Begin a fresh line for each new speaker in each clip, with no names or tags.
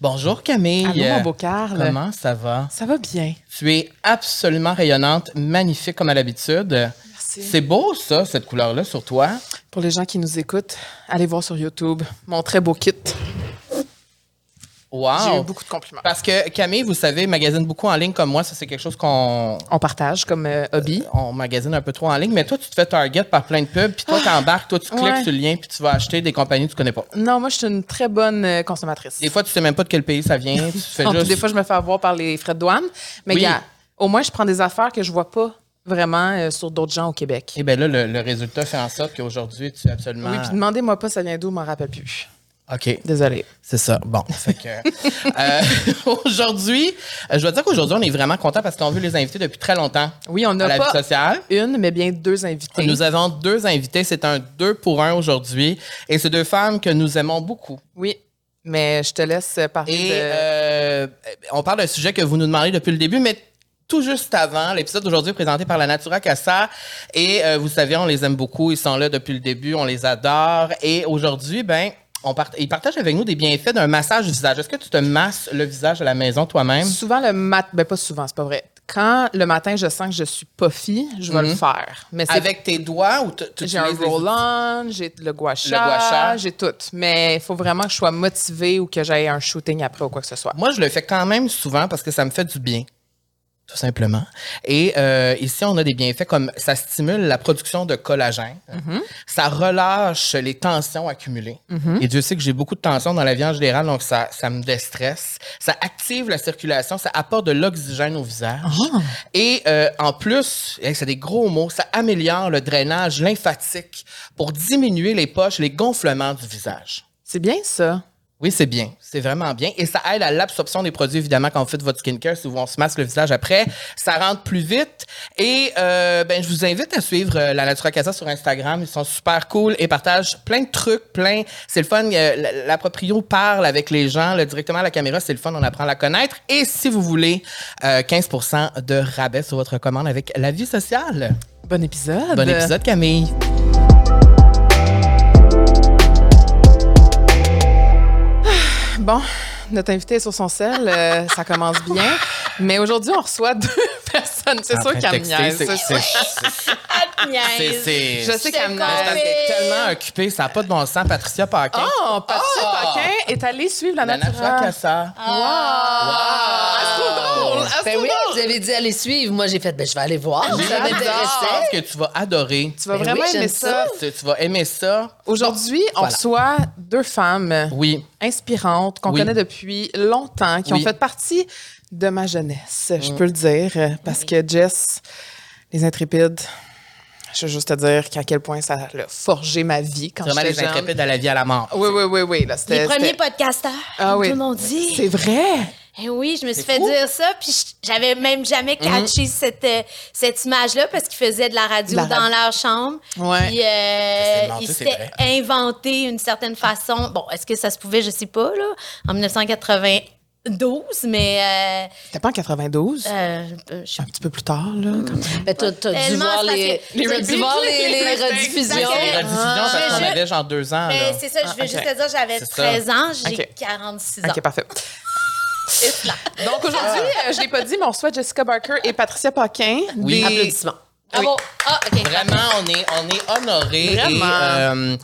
Bonjour Camille.
Allô, Ah mon beau Carl.
euh, Comment ça va?
Ça va bien.
Tu es absolument rayonnante, magnifique comme à l'habitude.
Merci.
C'est beau ça, cette couleur-là sur toi.
Pour les gens qui nous écoutent, allez voir sur YouTube mon très beau kit. J'ai eu
Wow.
beaucoup de compliments.
Parce que Camille, vous savez, magazine beaucoup en ligne comme moi, ça c'est quelque chose qu'on
On partage comme euh, hobby.
on magazine un peu trop en ligne, mais toi tu te fais target par plein de pubs, puis toi t'embarques, toi tu cliques
Ah! ouais.
sur le lien, puis tu vas acheter des compagnies que tu connais pas.
Non, moi, je suis une très bonne euh, consommatrice.
Des fois tu sais même pas de quel pays ça vient, tu fais
En plus,
juste
des fois, je me fais avoir par les frais de douane. Mais
Oui.
gars, au moins, je prends des affaires que je vois pas vraiment euh, sur d'autres gens au Québec.
Et bien Eh ben là le, le résultat fait en sorte qu'aujourd'hui tu es absolument
Oui, puis demandez-moi pas ça vient d'où, je m'en rappelle plus.
OK.
Désolée.
C'est ça. Bon, fait que euh, aujourd'hui, euh, je dois dire qu'aujourd'hui, on est vraiment content parce qu'on veut les inviter depuis très longtemps
Oui, on
à
n'a
la vie
pas
sociale.
une, mais bien deux invités.
Nous avons deux invités, c'est un deux pour un aujourd'hui, et c'est deux femmes que nous aimons beaucoup.
Oui, mais je te laisse parler
Et
de...
euh, on parle d'un sujet que vous nous demandez depuis le début, mais tout juste avant, l'épisode d'aujourd'hui est présenté par la Natura Casa. Et euh, vous savez, on les aime beaucoup. Ils sont là depuis le début. On les adore. Et aujourd'hui, ben, on part- ils partagent avec nous des bienfaits d'un massage du visage. Est-ce que tu te masses le visage à la maison toi-même?
Souvent le matin, ben pas souvent, c'est pas vrai. Quand le matin, je sens que je suis puffy, je vais le faire. Mais c'est
Mm-hmm. Avec tes doigts ou tu tu
j'ai un
utilises les-
roll-on, j'ai le gua sha,
Le gua sha.
j'ai tout. Mais il faut vraiment que je sois motivée ou que j'aille à un shooting après ou quoi que ce soit.
Moi, je le fais quand même souvent parce que ça me fait du bien. Tout simplement. Et euh, ici, on a des bienfaits comme ça stimule la production de collagène, ça relâche les tensions accumulées. Et Dieu sait que j'ai beaucoup de tensions dans la vie en général, donc ça, ça me déstresse. Ça active la circulation, ça apporte de l'oxygène au visage. Et euh, en plus, hey, c'est des gros mots, ça améliore le drainage lymphatique pour diminuer les poches, les gonflements du visage.
C'est bien ça.
Oui, c'est bien. C'est vraiment bien. Et ça aide à l'absorption des produits, évidemment, quand vous faites votre skincare, si on se masque le visage après. Ça rentre plus vite. Et euh, ben, je vous invite à suivre euh, la Natura Casa sur Instagram. Ils sont super cool et partagent plein de trucs, plein. C'est le fun. euh, la- la proprio parle avec les gens là, directement à la caméra. C'est le fun. On apprend à la connaître. Et si vous voulez, euh, 15 de rabais sur votre commande avec la vie sociale.
Bon épisode.
Bon épisode, Camille.
Bon, notre invité est sur son sel, euh, ça commence bien. Mais aujourd'hui, on reçoit deux personnes. C'est
En train
sûr
de
qu'elle me
texter,
niaise.
c'est- c'est- c'est-
niaise.
c'est-
Je sais qu'elle me
Ah,
Parce
niaise.
mais-
qu'elle est tellement occupée, ça n'a pas de bon sens, Patricia Paquin.
Oh, Patricia
Ah!
Paquin est allée suivre la,
la Natura
nature.
Casa.
Ah.
Astrodome!
Ben oui,
Astrodome!
vous avez dit allez suivre. Moi, j'ai fait, ben, je vais aller voir.
Ah,
Ça
J'adore.
Je
m'intéressait.
pense que tu vas adorer.
Tu vas
Ben
vraiment
oui, j'aime
aimer ça.
ça.
Tu, tu vas aimer ça.
Aujourd'hui, on
Voilà.
reçoit deux femmes
Oui.
inspirantes qu'on
Oui.
connaît depuis longtemps, qui
Oui. Mm.
ont fait partie de ma jeunesse, je peux le dire, euh, parce que Jess, les intrépides, je veux juste te dire qu'à quel point ça a forgé ma vie quand
Vraiment
j'étais
les
jeune.
intrépides à la vie à la mort.
Oui, oui, oui, oui. Là, c'était-
Les premiers
c'était-
podcasteurs,
Ah
comme
oui.
tout le monde
C'est
dit.
vrai!
Et Eh oui, je me suis
C'est
fait
fou.
dire ça, puis je- j'avais même jamais catché cette, euh, cette image-là parce qu'ils faisaient de la radio
De la
dans
radio.
leur chambre.
Ouais.
Puis euh,
C'est inventé,
ils
c'est
s'étaient inventé une certaine façon. Bon, est-ce que ça se pouvait, je sais pas, là, en 1992, mais
C'était pas en 92?
euh, euh, je suis
Un petit peu plus tard, là.
Mm,
quand même.
Ben, t'as, t'as dû
Tellement,
voir
c'est
les,
parce que-
les,
Les
dû voir
repeats,
les, les
les
rediffusions.
remakes.
Les rediffusions, parce qu'on
Ah. je-
avait genre deux ans.
Mais
là.
Eh, c'est ça, je veux
Ah,
juste
ok.
te dire, j'avais
C'est ça.
13 ans, j'ai
Ok.
46 ans.
OK, parfait. Donc aujourd'hui, euh, je l'ai pas dit, mais on reçoit Jessica Barker et Patricia Paquin.
Ah. Oui.
des-
Applaudissements.
Bravo. Ah, OK.
Vraiment, on est, on est honorés.
Vraiment.
Et, euh,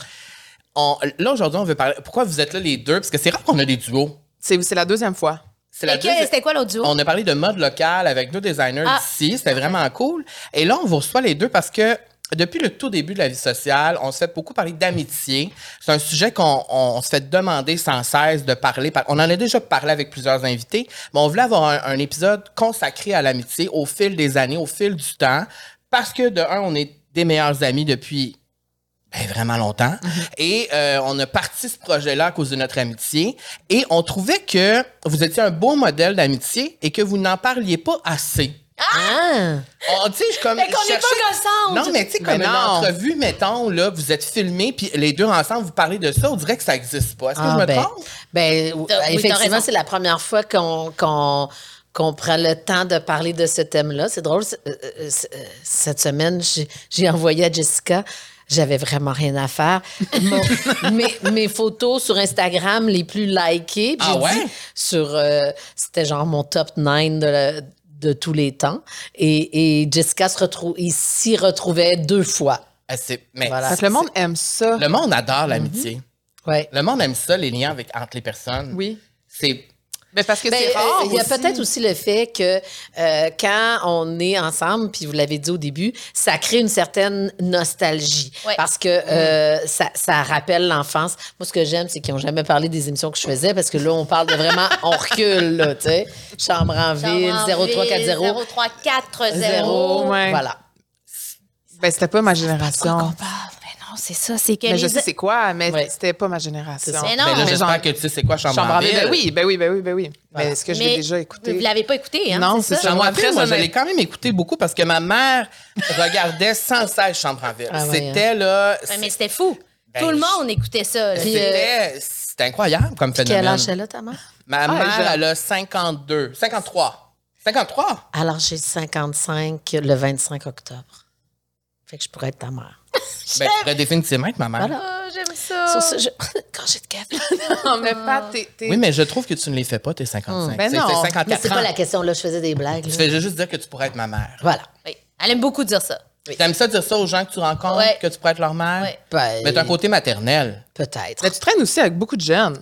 on- là, aujourd'hui, on veut parler. Pourquoi vous êtes là les deux? Parce que c'est rare qu'on a des duos.
C'est c'est la deuxième fois.
C'est
Et
la
que-
deuxi-
C'était quoi l'autre duo?
On a parlé de mode local avec nos designers
Ah.
d'ici. C'était vraiment cool. Et là, on vous reçoit les deux parce que depuis le tout début de la vie sociale, on se fait beaucoup parler d'amitié. C'est un sujet qu'on on se fait demander sans cesse de parler. Par- On en a déjà parlé avec plusieurs invités, mais on voulait avoir un, un épisode consacré à l'amitié au fil des années, au fil du temps, parce que de un, on est des meilleurs amis depuis ben, vraiment longtemps.
Mhm.
Et euh, on a parti ce projet-là à cause de notre amitié. Et on trouvait que vous étiez un beau modèle d'amitié et que vous n'en parliez pas assez.
Ah!
On dit, je comme.
Fait qu'on
je
n'est pas
cherchais-
ensemble.
Non, mais tu sais,
Mais
comme une
non.
entrevue, mettons, là, vous êtes filmés, puis les deux ensemble, vous parlez de ça, on dirait que ça n'existe pas. Est-ce que
Ah,
je me
ben,
trompe?
ben, ou-
T'as- oui, t'as
effectivement,
raison.
c'est la première fois qu'on, qu'on, qu'on prend le temps de parler de ce thème-là. C'est drôle. c'est- euh, euh, c'est- euh, cette semaine, j'ai, j'ai envoyé à Jessica J'avais vraiment rien à faire. Mon- mes, mes photos sur Instagram les plus likées. puis
Ah
j'ai
ouais?
dit Sur, euh, c'était genre mon top 9 de, la- de tous les temps. Et, et Jessica se retrou- il s'y retrouvait deux fois.
Euh, c'est- mais
Voilà.
Fait que le monde aime ça.
le monde
Mhm.
adore l'amitié.
Ouais.
Le monde aime ça, les liens avec, entre les personnes.
Oui.
C'est
Mais parce que
Ben,
c'est rare.
euh, Il y a
aussi.
peut-être aussi le fait que euh, quand on est ensemble, puis vous l'avez dit au début, ça crée une certaine nostalgie.
Ouais.
Parce que euh, ça, ça rappelle l'enfance. Moi, ce que j'aime, c'est qu'ils n'ont jamais parlé des émissions que je faisais, parce que là, on parle de vraiment, on recule, là, tu sais. Chambre en ville, 0340.
0340.
Ouais.
Voilà.
Ben, c'était pas ma
Pourquoi
génération.
qu'on parle? Mais Ah, ben non, c'est ça, c'est que
Ben,
Mais je
les-
sais c'est quoi, mais
Ouais.
c'était pas ma génération.
C'est ça.
Mais
ben
non,
là,
mais
j'espère
genre-
que tu sais c'est quoi chambre,
Chambre
en
en ville,
ville.
ben oui, ben oui, ben oui, ben oui. Mais est-ce que je l'ai
Mais
déjà écouté?
Vous l'avez pas écouté, hein?
Non, c'est ça.
Chambre en
Très
ville, moi, je
honnête.
l'ai quand même écouté beaucoup parce que ma mère regardait sans cesse Chambre en ville.
Ah ouais,
c'était là.
Ouais, mais
c'est-
c'était fou.
Ben,
Tout le
je-
monde écoutait ça. là.
C'était c'était incroyable comme
Quel
phénomène.
âge elle a, ta mère?
Ma
Ah,
mère,
je-
elle a 52. 53. 53?
Alors, j'ai 55 le 25 octobre. Fait que je pourrais être ta mère.
Ben, je pourrais définitivement être ma mère.
Ah, j'aime ça.
Sur ce, je... quand j'ai de câble.
Non, mais pas tes. tes-
Oui, mais je trouve que tu ne les fais pas, tes 55.
Ben
C'est-
non.
c'est
Mais
54
c'est pas
ans.
la question, là, je faisais des blagues.
Tu
là.
fais juste dire que tu pourrais être ma mère.
Voilà.
Oui. Elle aime beaucoup dire ça.
Euh,
T'aimes ça dire ça aux gens que tu rencontres,
Ouais.
que tu pourrais être leur mère?
Ouais.
Ben,
Mais t'as un côté maternel.
Peut-être.
Mais tu traînes aussi avec beaucoup de jeunes.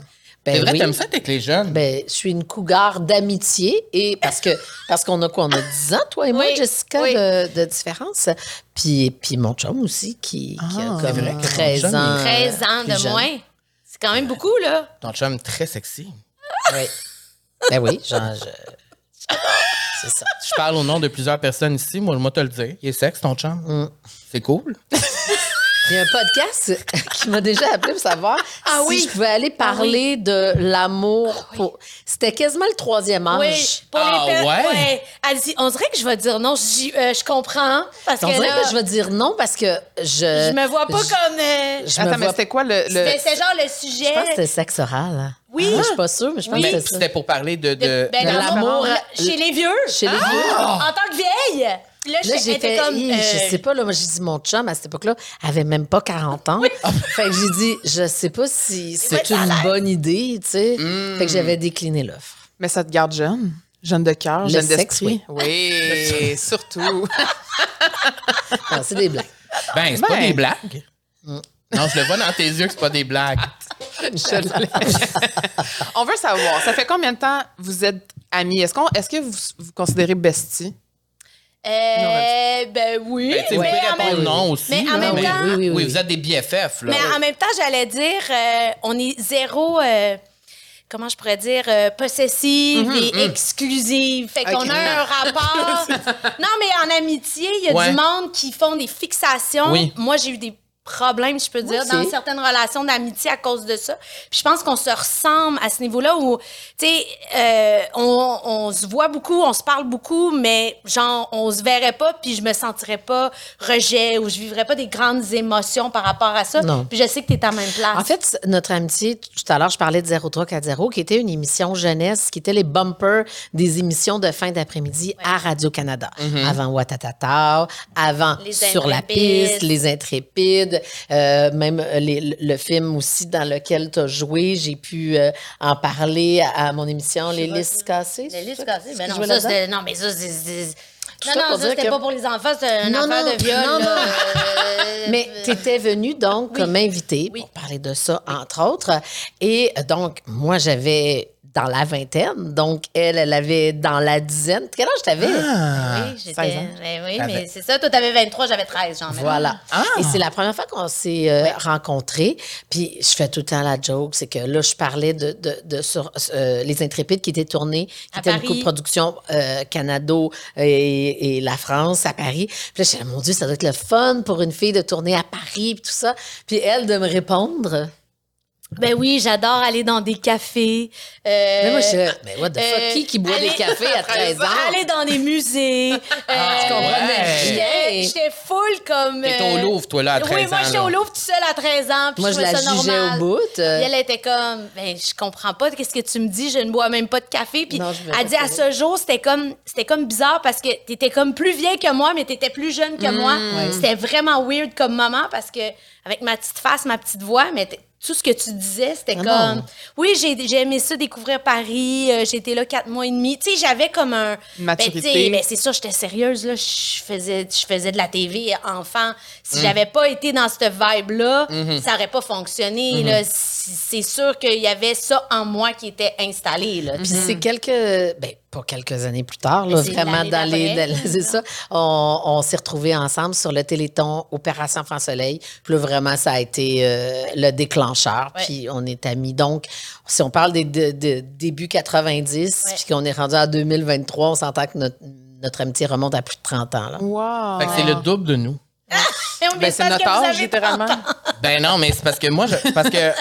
Ben
c'est vrai,
oui.
t'aimes ça, t'es avec les jeunes.
Ben, je suis une cougar d'amitié et parce que parce qu'on a quoi? On a 10 ans, toi et moi,
Oui,
Jessica,
oui.
de, de différence. Puis, puis mon chum aussi, qui, qui a
Ah.
comme
C'est vrai que ton
13
chum, il
ans.
est
13 ans
plus
de
jeune.
moins. C'est quand même beaucoup, là.
Ton chum, très sexy.
Oui. Ben oui, genre, je... C'est ça.
Je parle au nom de plusieurs personnes ici, moi, moi te le dire. Il est sexe, ton chum.
Mm.
C'est cool.
Il y a un podcast qui m'a déjà appelé pour savoir
Ah
si
oui. Ah
je pouvais aller parler de l'amour. pour- C'était quasiment le troisième âge.
Oui, pour
Ah,
les pères-
ouais?
Elle dit, on dirait que je vais dire non. Je, dis, euh, je comprends. Parce
On
que,
dirait
là,
que je vais dire non parce que je...
je me vois pas
je-
comme. euh,
je me
Attends, mais
vois-
c'était quoi le. le-
C'était c'est genre le
Je
sujet.
pense que c'était sexe oral. hein.
Eh, Oui.
Je suis pas sûre, mais je pense
Oui.
que
Mais
c'était ça.
c'était pour parler de. de...
de- ben,
de
l'amour
l'amour.
là, chez les vieux.
Chez les vieux.
En tant que vieille. Puis Là,
Là,
Ah, j'étais-
j'ai
j'étais
fait,
comme.
Hi, je
euh,
sais pas, là, moi, j'ai dit, mon chum, à cette époque-là, avait même pas 40 ans. Fait que j'ai dit, je sais pas si c'est une bonne idée, tu sais.
Mm.
Fait que j'avais décliné l'offre.
Mais ça te garde jeune. Jeune de cœur,
Le
jeune
sexe,
d'esprit. Oui, surtout.
Ah, c'est des blagues.
Ben, c'est pas
Ben.
des blagues.
Mm.
Non, je le vois dans tes yeux que c'est pas des blagues.
Je l'ai. On veut savoir, ça fait combien de temps vous êtes amis? Est-ce qu'on, est-ce que vous vous considérez bestie?
euh, ben oui.
Ben, tu sais, vous
mais
pouvez
en même-
répondre non aussi.
mais en
là,
même temps-
oui,
Oui, oui, oui.
vous êtes des BFF. Là.
Mais en même temps, j'allais dire, euh, on est zéro, euh, comment je pourrais dire, euh, possessive
Mhm,
et exclusive. Fait qu'on
Ok.
a un rapport. non, mais en amitié, il y a
Ouais.
du monde qui font des fixations.
Oui.
Moi, j'ai eu des problèmes, je peux dire,
aussi.
dans certaines relations d'amitié à cause de ça. Puis je pense qu'on se ressemble à ce niveau-là où, tu sais, euh, on, on se voit beaucoup, on se parle beaucoup, mais genre, on se verrait pas, puis je me sentirais pas rejet ou je vivrais pas des grandes émotions par rapport à ça.
Non.
Puis je sais que t'es à la même place.
En fait, c- notre amitié, tout à l'heure, je parlais de 03 à 0, qui était une émission jeunesse, qui était les bumpers des émissions de fin d'après-midi à Radio-Canada. Avant Ouattatata, avant
Mm-hmm. Les
Sur la
Intrépides.
piste, Les Intrépides, euh, même euh, les- le- le film aussi dans lequel tu as joué. J'ai pu euh, en parler à, à mon émission Les
pas
Listes cassées.
Les
c'est
listes
ça
cassées, ben
que
non,
je jouais
ça,
là-dedans?
c'était- non, mais ça, c'est- c'est.
Tout
Non,
ça
non,
pour
ça,
dire
c'était
que-
pas pour les enfants, c'était une
Non,
affaire
non,
de viol.
non, non.
là, euh,
Mais tu étais venu donc comme invité
Oui.
pour parler de ça, entre autres. Et donc, moi, j'avais dans la vingtaine. Donc, elle, elle avait dans la dizaine. Quel âge t'avais?
Ah.
Oui, j'étais.
16 ans.
ben oui,
T'avais-
mais c'est ça. Toi, t'avais 23, j'avais 13, genre. mais
Voilà.
Ah.
Et c'est la première fois qu'on s'est euh, rencontrés. Puis je fais tout le temps la joke, c'est que là, je parlais de, de- de sur, euh, Les Intrépides qui était tourné, qui
À
était
Paris.
une coproduction euh, Canado et, et la France à Paris. Puis là, je dis, mon Dieu, ça doit être le fun pour une fille de tourner à Paris, puis tout ça. Puis elle, de me répondre.
Ben oui, j'adore aller dans des cafés. euh,
Mais moi, je mais what the fuck,
euh,
qui qui boit
aller-
des cafés à 13 ans? Ah,
Aller dans des musées. euh,
tu comprenais
j'étais-
rien.
J'étais full comme.
T'étais au
euh,
Louvre, toi, là, à 13
oui, moi,
ans,
j'étais
là.
au Louvre toute seule à 13 ans. Puis
Moi, je la
trouvais ça
jugeais
normal.
au bout. euh,
Puis elle était comme, ben, je comprends pas, qu'est-ce que tu me dis, je ne bois même pas de café. Puis
Non, je me
elle dit, à ce jour, c'était comme, c'était comme bizarre parce que t'étais comme plus vieille que moi, mais t'étais plus jeune que moi.
Mm.
C'était vraiment weird comme moment parce que, avec ma petite face, ma petite voix, mais t- tout ce que tu disais, c'était
Ah
comme,
non.
oui, j'ai j'ai aimé ça, découvrir Paris, euh, j'étais là quatre mois et demi. Tu sais, j'avais comme un.
Une
ben,
maturité.
tu sais, ben, c'est sûr, j'étais sérieuse, là. Je faisais, je faisais de la TV enfant. Si
Mm.
j'avais pas été dans cette vibe-là,
Mm-hmm.
ça aurait pas fonctionné, là. C- C'est sûr qu'il y avait ça en moi qui était installé, là.
Mm-hmm.
Puis
Puis c'est quelques, ben, pas quelques années plus tard,
Mhm.
là,
Mais c'est
vraiment
l'année
dans les,
d'après.
dans les- c'est ça. On, on s'est retrouvés ensemble sur le Téléthon Opération France Soleil. Puis là, vraiment, ça a été euh, le déclencheur.
Ouais.
Puis on est amis. Donc, si on parle des de- de- début 90,
Ouais.
puis qu'on est rendu en 2023, on s'entend que notre, notre amitié remonte à plus de 30 ans.
Mm.
Là.
Wow.
Fait que c'est le double de nous.
Mais on est
Ben, c'est
parce
notre
que vous
âge,
avez
littéralement.
Ben non, mais c'est parce que moi, je, parce que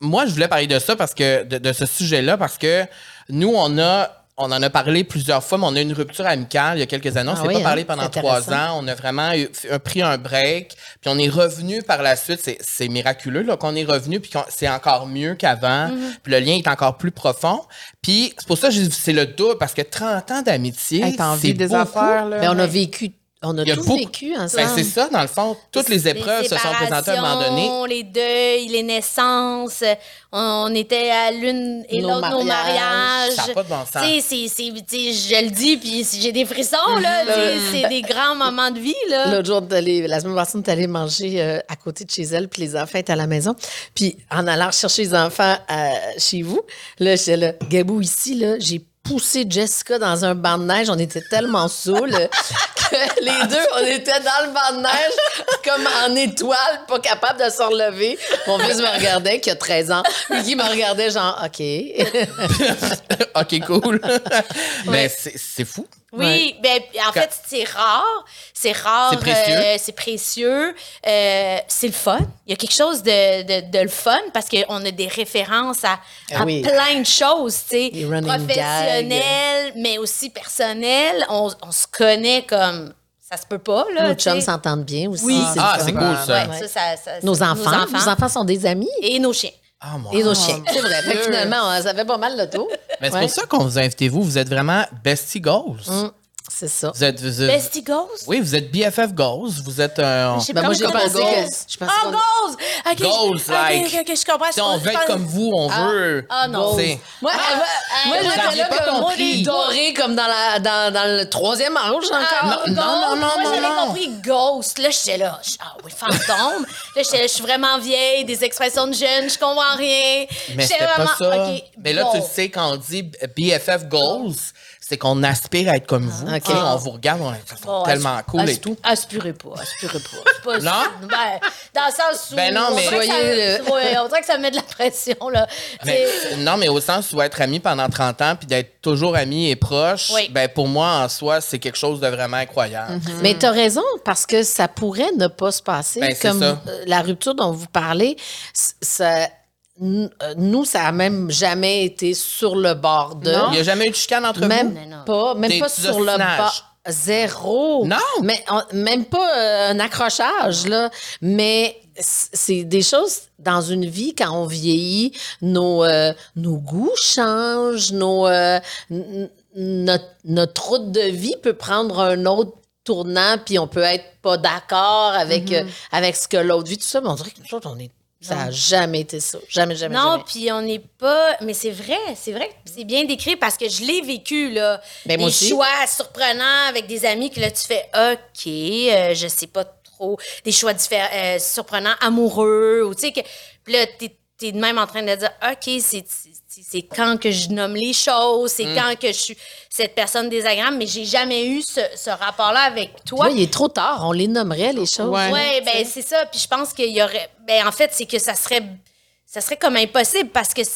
moi, je voulais parler de ça parce que de, de ce sujet-là parce que nous, on a. On en a parlé plusieurs fois, mais on a eu une rupture amicale il y a quelques années. On
Ah
s'est
oui,
pas
hein?
parlé pendant
C'est
trois
intéressant.
ans. On a vraiment eu- fait- pris un break. Puis on est revenu par la suite. C'est- C'est miraculeux là, qu'on est revenu. Puis qu'on- c'est encore mieux qu'avant. Puis le lien est encore plus profond. Puis c'est pour ça que je dis c'est le double parce que 30 ans d'amitié,
Hey, T'as
c'est
envie des
beaucoup.
affaires, là.
Mais on a vécu, on a
Il y a
tout
beaucoup-
vécu
Ben,
ensemble.
c'est ça, dans le fond. Toutes les épreuves se sont présentées à un moment donné.
séparations, Les deuils, les naissances, on était à l'une et
Nos
l'autre nos mariages.
mariages.
Ça n'a pas de bon sens. Mm-hmm.
Tu sais, c'est- c'est- tu sais, je le dis, puis j'ai des frissons, là. tu sais, C'est des grands moments de vie, là.
L'autre jour, t'es allé- la semaine passée, on est allé manger euh, à côté de chez elle, puis les enfants étaient à la maison. Puis en allant chercher les enfants à- chez vous, là, j'étais là, Gabou, ici, là, j'ai poussé Jessica dans un banc de neige. On était tellement saouls euh, que les deux, on était dans le banc de neige comme en étoile, pas capable de se relever. Mon fils me regardait, qui a 13 ans, lui qui me regardait genre, OK.
OK, cool. Mais c'est c'est fou.
Oui, ben, en fait, c'est rare. C'est rare.
C'est précieux.
euh, c'est précieux. Euh, c'est le fun. Il y a quelque chose de, de, de le fun parce qu'on a des références à, à
Ah oui.
plein de choses, tu sais.
Les running gags.
Professionnelles, mais aussi personnelles. On, on se connaît comme ça se peut pas, là.
Nos
tu sais.
chums s'entendent bien aussi.
Oui.
le
Ah,
fun.
c'est cool ça.
Ouais, ça, ça- ça-
Nos enfants, nos
enfants.
enfants sont des amis.
Et nos chiens.
Ah, mon
Et nos
Dieu.
chiens. C'est vrai. Fait que finalement, on- ça fait pas mal le tour.
Mais c'est
Ouais.
pour ça qu'on vous a invité, vous. Vous êtes vraiment bestie goals.
Hum, C'est ça.
Vous êtes. vous êtes-
Mm. Bestie Ghost?
oui, vous êtes BFF goals. Vous êtes. euh,
Je sais
Ben,
pas
moi, j'ai
comment
pensé
on dit.
que. Je pensais
Ah,
qu'on-
Ghost! OK,
Goals,
OK,
like.
OK, OK, je comprends.
si on
je
veut être
pense-
comme vous, on veut.
ah, non.
C'est-
Moi, elle va- moi,
vous
j'étais
aviez
là
pas
comme
compris.
doré, comme dans, la, dans, dans le troisième ange encore.
non, non, non, non,
Moi, j'avais
non.
compris ghost. Là, j'étais là. je- Ah oui, fantôme. là, j'étais là, je suis vraiment vieille, des expressions de jeune, je comprends rien.
Mais
J'étais
c'était pas
vraiment-
ça.
OK,
Mais là, tu le
goals.
sais, quand on dit BFF goals, c'est qu'on aspire à être comme vous.
Ah, ok.
Tu sais, On vous regarde, on est ils sont
Bon,
tellement
asp-
cool et
asp-
tout.
Aspirez pas,
Ah,
aspirez pas. ah, C'est pas
Non?
Ben, dans le sens où.
Ben non,
on
mais-
dirait que ça-
Soyez-
ouais, on dirait que ça met de la pression, là.
Mais-
C'est-
non, mais au sens où être ami pendant 30 ans puis d'être toujours ami et proche,
Oui.
ben pour moi, en soi, c'est quelque chose de vraiment incroyable.
Mais t'as raison, parce que ça pourrait ne pas se passer.
Ben, c'est
comme
ça.
euh, la rupture dont vous parlez, c- ça, n- euh, nous, ça a même jamais été sur le bord de.
Il n'y a jamais eu de chicane entre
Même
Non, non.
pas, même
Des
pas
petits
sur le
ostinages.
bas. Zéro.
Non.
Mais on- même pas euh, un accrochage, là. Mais c- c'est des choses dans une vie, quand on vieillit, nos, euh, nos goûts changent, nos, euh, n- n- notre, notre route de vie peut prendre un autre tournant, puis on peut être pas d'accord avec,
Mm-hmm.
euh, avec ce que l'autre vit, tout ça. Mais on dirait que nous autres, on est. Ça n'a jamais été ça. Jamais, jamais,
Non,
jamais.
puis on n'est pas. Mais c'est vrai, c'est vrai que c'est bien décrit parce que je l'ai vécu, là.
Ben, moi
des
aussi.
choix surprenants avec des amis que là, tu fais OK, euh, je sais pas trop. Des choix diffé- euh, surprenants, amoureux, ou tu sais que. Puis là, t'es es même en train de dire OK, c'est- c'est c'est quand que je nomme les choses,
Mm.
c'est quand que je suis cette personne désagréable, mais j'ai jamais eu ce, ce rapport-là avec toi.
Là, il est trop tard. On les nommerait, les choses.
Ouais.
Oui, ben c'est ça. Puis je pense qu'il y aurait. Ben en fait, c'est que ça serait, ça serait comme impossible parce que c-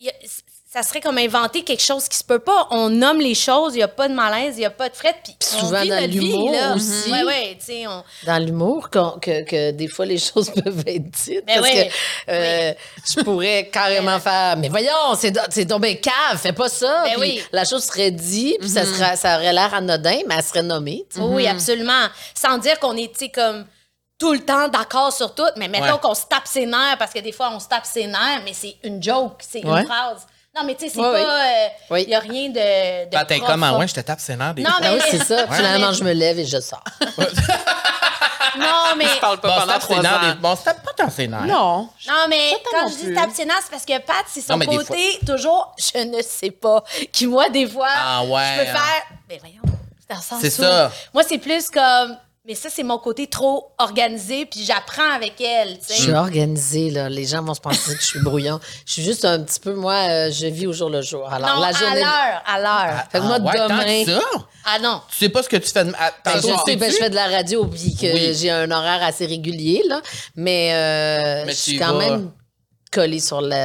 y a- c- ça serait comme inventer quelque chose qui se peut pas. On nomme les choses, il n'y a pas de malaise, il n'y a pas de fret. Puis
Puis
on
souvent
vit
dans
notre
l'humour
vie, là.
aussi.
Ouais, ouais, tu sais, on-
dans l'humour qu'on- que, que des fois les choses peuvent être dites.
Ben
parce
oui.
que euh, je pourrais carrément faire Mais voyons, c'est do- c'est tombé cave, fais pas ça.
Ben
Puis
oui. Mhm.
La chose serait dite, puis ça, sera- ça aurait l'air anodin, mais elle serait nommée. tu sais.
Oui, absolument. Sans dire qu'on est, tu sais, comme tout le temps d'accord sur tout, mais mettons
Ouais.
qu'on se tape ses nerfs, parce que des fois, on se tape ses nerfs, mais c'est une joke, c'est
Ouais.
une phrase. Non, mais tu sais, c'est
Ouais,
pas... Il
Oui.
n'y a rien de... de
Quand t'es
profond.
comme, ah ouais, je te tape ses nerfs des
Non,
fois.
Ah oui, c'est ça.
Ouais.
Finalement, je me lève et je sors.
Non, mais...
parle
Bon, se tape ses nerfs des- Bon, on se tape pas tant ses nerfs.
Non.
Non, mais
Pas tant
quand
non
je dis
plus.
tape ses nerfs, c'est parce que Pat, c'est son
Non, mais des
côté toujours « je ne sais pas », qui, moi, des fois,
Ah ouais,
je peux
hein.
faire... Mais voyons, c'est dans le sens
C'est
où-
ça.
Moi, c'est plus comme... Mais ça, c'est mon côté trop organisé, puis j'apprends avec elle, tu
Je
sais.
suis organisée, là. Les gens vont se penser que je suis brouillon. Je suis juste un petit peu, moi, euh, je vis au jour le jour. Alors,
non,
la journée.
à l'heure, à l'heure.
Fait que moi,
Ah ouais, tant
demain-
que ça?
Ah non.
Tu sais pas ce que tu fais de... ah,
Ben,
t'en
je sais,
sais-tu?
ben, je fais de la radio puis que
Oui.
j'ai un horaire assez régulier, là. Mais, euh,
Mais tu
je suis
y
quand
vas.
même collée sur le,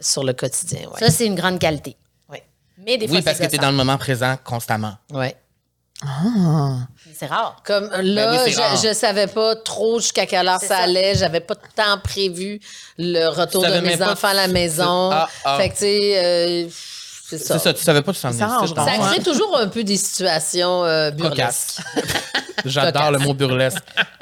sur le quotidien. Ouais.
Ça, c'est une grande qualité.
Ouais.
Mais des fois,
Oui, parce que
c'est
t'es
gossant.
dans le moment présent constamment.
Ouais.
C'est rare.
Comme là,
Ben oui, c'est rare.
je, je savais pas trop jusqu'à quelle heure
C'est
ça,
ça.
allait. J'avais pas de temps prévu le retour
Tu
de
savais
mes
même pas
enfants à la
que-
maison.
Ah, ah.
Fait que, tu sais, euh, c'est ça.
C'est ça, tu savais pas tu t'en venais.
Ça arrange
je
pas.
Ça
comprends.
crée toujours un peu des situations euh, burlesques.
Cocasse. J'adore le mot burlesque.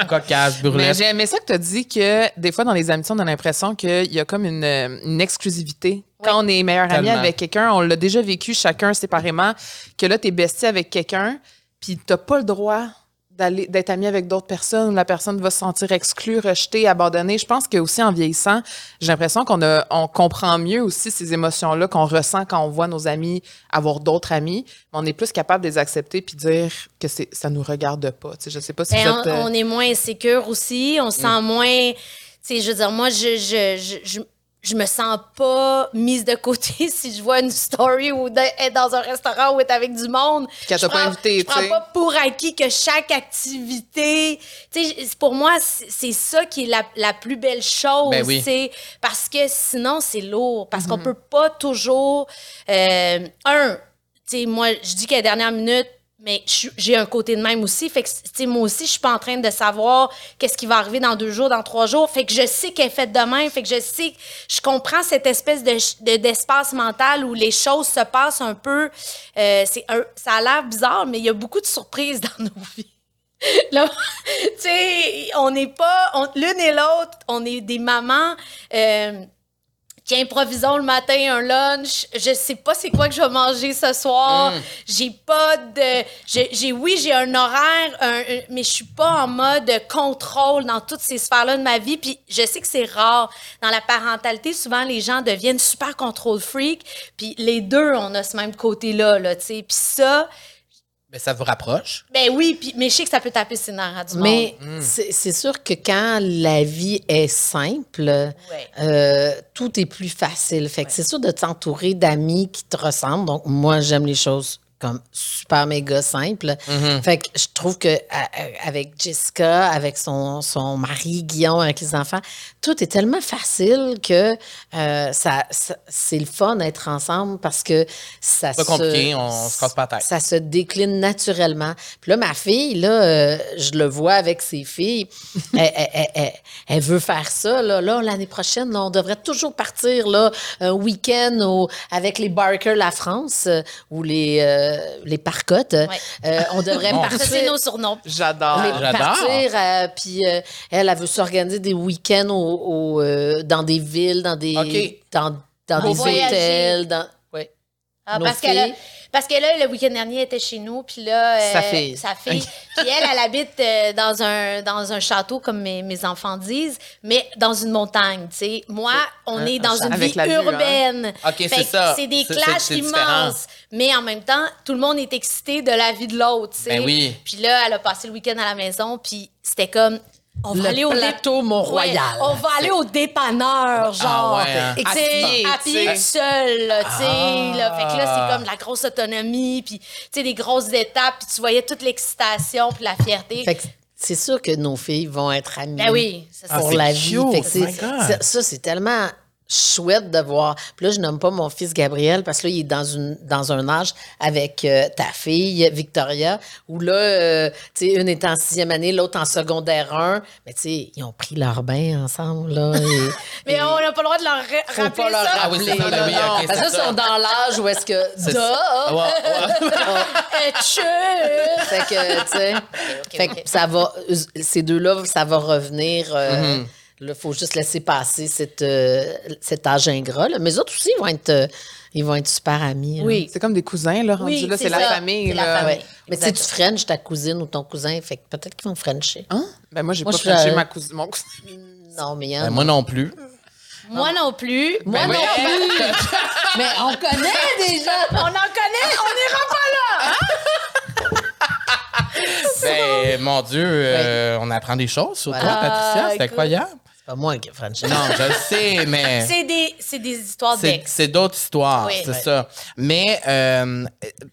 Cocasse,
Mais
burlesque.
j'ai aimé ça que tu as dit que des fois, dans les amitiés, on a l'impression qu'il y a comme une, euh, une exclusivité. Quand on est meilleur ami
Tellement.
avec quelqu'un, on l'a déjà vécu chacun séparément, que là, tu es bestie avec quelqu'un, puis tu pas le droit d'aller d'être ami avec d'autres personnes, la personne va se sentir exclue, rejetée, abandonnée. Je pense que aussi en vieillissant, j'ai l'impression qu'on a- on comprend mieux aussi ces émotions-là qu'on ressent quand on voit nos amis avoir d'autres amis, mais on est plus capable de les accepter puis dire que c'est ça nous regarde pas. Tu Mm. sais, je sais pas si
Ben,
vous
on,
êtes, euh,
on est moins insécure aussi. On se sent moins. Tu sais, je veux dire, moi, je, je, je, je, je me sens pas mise de côté si je vois une story ou d'être être dans un restaurant ou être avec du monde.
qu'elle
Je
t'a pas
prends-
invité,
Je
tu
prends
sais.
pas pour acquis que chaque activité. Tu sais, c'est- pour moi, c'est c'est ça qui est la, la plus belle chose.
Ben oui. Mhm.
c'est Parce que sinon, c'est lourd. Parce qu'on peut pas toujours. euh, un, tu sais, moi, je dis qu'à la dernière minute, mais je suis- j'ai un côté de même aussi. Fait que, tu sais, moi aussi, je suis pas en train de savoir qu'est-ce qui va arriver dans deux jours, dans trois jours. Fait que je sais qu'elle est faite demain. Fait que je sais, que je comprends cette espèce de ch- de- d'espace mental où les choses se passent un peu. euh, c'est un- ça a l'air bizarre, mais il y a beaucoup de surprises dans nos vies. Là, tu sais, on n'est pas on- l'une et l'autre, on est des mamans. euh, qui improvisons le matin un lunch, je sais pas c'est quoi que je vais manger ce soir, j'ai pas de j'ai j'ai- oui, j'ai un horaire un- un- mais je suis pas en mode contrôle dans toutes ces sphères-là de ma vie puis je sais que c'est rare dans la parentalité, souvent les gens deviennent super contrôle freak, puis les deux on a ce même côté-là là, tu sais, puis ça
Mais ça vous rapproche.
ben oui, puis mais je sais que ça peut taper ses nerfs à du
Mais
Mm.
c'est c'est sûr que quand la vie est simple,
monde. Ouais.
euh, tout est plus facile. Fait que c'est sûr de t'entourer d'amis qui te ressemblent. Donc, moi, j'aime les choses comme super méga simples.
Mm.
Fait que je trouve que à- à- avec Jessica, avec son, son mari Guillaume, avec les enfants, tout est tellement facile que euh, ça, ça- c'est le fun d'être ensemble parce que ça
Pas
se-
compliqué, on se casse pas la tête.
Ça se décline naturellement. Puis là, ma fille, là, euh, je le vois avec ses filles, elle, elle- elle- elle- elle veut faire ça. Là, Là, l'année prochaine, là, on devrait toujours partir là, un week-end au- avec les Barker La France euh, ou les, euh, les Parcottes. Euh, on devrait
Bon. Ah,
Ça, c'est
partir.
nos surnoms.
J'adore.
les-
j'adore.
partir, euh, puis euh, elle, elle veut s'organiser des week-ends au, au, euh, dans des villes, dans des,
Ok.
dans, dans
Pour
des
voyager.
hôtels. Dans, ouais.
Ah,
Nos
parce, qu'elle a-
filles.
parce que là, le week-end dernier, elle était chez nous, puis là... euh,
Sa fille.
Sa fille. puis elle, elle habite euh, dans, un, dans un château, comme mes, mes enfants disent, mais dans une montagne, tu sais. Moi, on
Un-
est
un
dans
château.
une
Avec
vie
la vue, hein.
urbaine.
OK,
Fait
c'est
que
ça.
C'est des
C'est-
clashs
c'est- c'est différent.
immenses. Mais en même temps, tout le monde est excité de la vie de l'autre, tu sais.
Ben oui.
Puis là, elle a passé le week-end à la maison, puis c'était comme... On va
Le
aller au dé-
plateau Mont-Royal.
Ouais, on va aller au dépanneur, genre.
ouais, hein.
Et tu sais,
Habillé,
à
tu
pied,
sais.
tout seul, là, tu sais,
Ah.
là. Fait que là, c'est comme de la grosse autonomie, puis, tu sais, des grosses étapes, puis tu voyais toute l'excitation, puis la fierté.
Fait que c'est sûr que nos filles vont être amies
ben oui, c'est ça.
Ah,
pour
c'est
la
cute. oh
vie. Fait que c'est-
My God.
c'est- ça, c'est tellement. chouette de voir. Puis là, je nomme pas mon fils Gabriel parce que là, il est dans, une, dans un âge avec euh, ta fille, Victoria, où là, euh, tu sais, une est en sixième année, l'autre en secondaire 1. Mais tu sais, ils ont pris leur bain ensemble, là. et-
Mais on n'a pas le droit de leur ra-
faut
rappeler
pas leur
ça.
Ah oui,
rappeler.
c'est ça, ben oui,
non,
ok,
Parce
c'est ça.
que ils sont dans l'âge où est-ce que...
Ouais,
Da!
ouais.
Eh, tchou!
Fait que, tu sais, fait que ça va... Ces deux-là, ça va revenir... euh,
Mhm.
Là, faut juste laisser passer cette, euh, cet âge ingrat. là. Mais eux autres aussi, ils vont être, euh, ils vont être super amis. là.
C'est comme des cousins, là, rendu
Oui,
là.
c'est
C'est la
ça.
famille,
C'est la
là.
famille.
Ouais. Mais tu sais, tu
Exactement.
French ta cousine ou ton cousin, fait que peut-être qu'ils vont Frencher.
Hein? Ben, moi, j'ai
Moi,
pas
je suis
franchi
à-
ma cousine. Mon cousin.
Non, mais hein. il y en
Ben,
a-
moi non plus.
Moi non plus.
Moi
Ben
non
oui.
plus. mais on connaît déjà.
On en connaît, on ira pas
Ben, mon Dieu, euh, on apprend des choses sur
Voilà.
toi, Patricia.
Ah,
C'est
écoute.
incroyable.
C'est pas moi qui ai French.
Non, je le sais, mais.
C'est des, c'est des histoires
C'est-
d'ex.
C'est d'autres histoires,
Oui.
c'est
Ouais.
ça. Mais euh,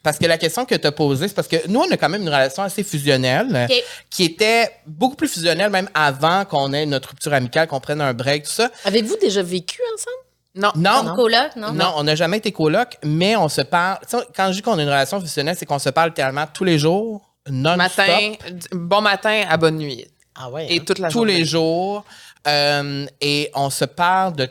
parce que la question que tu as posée, c'est parce que nous, on a quand même une relation assez fusionnelle,
Ok.
qui était beaucoup plus fusionnelle même avant qu'on ait notre rupture amicale, qu'on prenne un break, tout
Uh-huh.
ça.
Avez-vous déjà vécu ensemble?
Non.
Non,
Comme coloc, non?
non, on n'a jamais été coloc, mais on se parle. tu sais, quand je dis qu'on a une relation fusionnelle, c'est qu'on se parle littéralement tous les jours, non
Matin, d- bon matin à bonne nuit.
Ah ouais.
Et
hein?
toute la
tous
journée.
les jours. euh, et on se parle de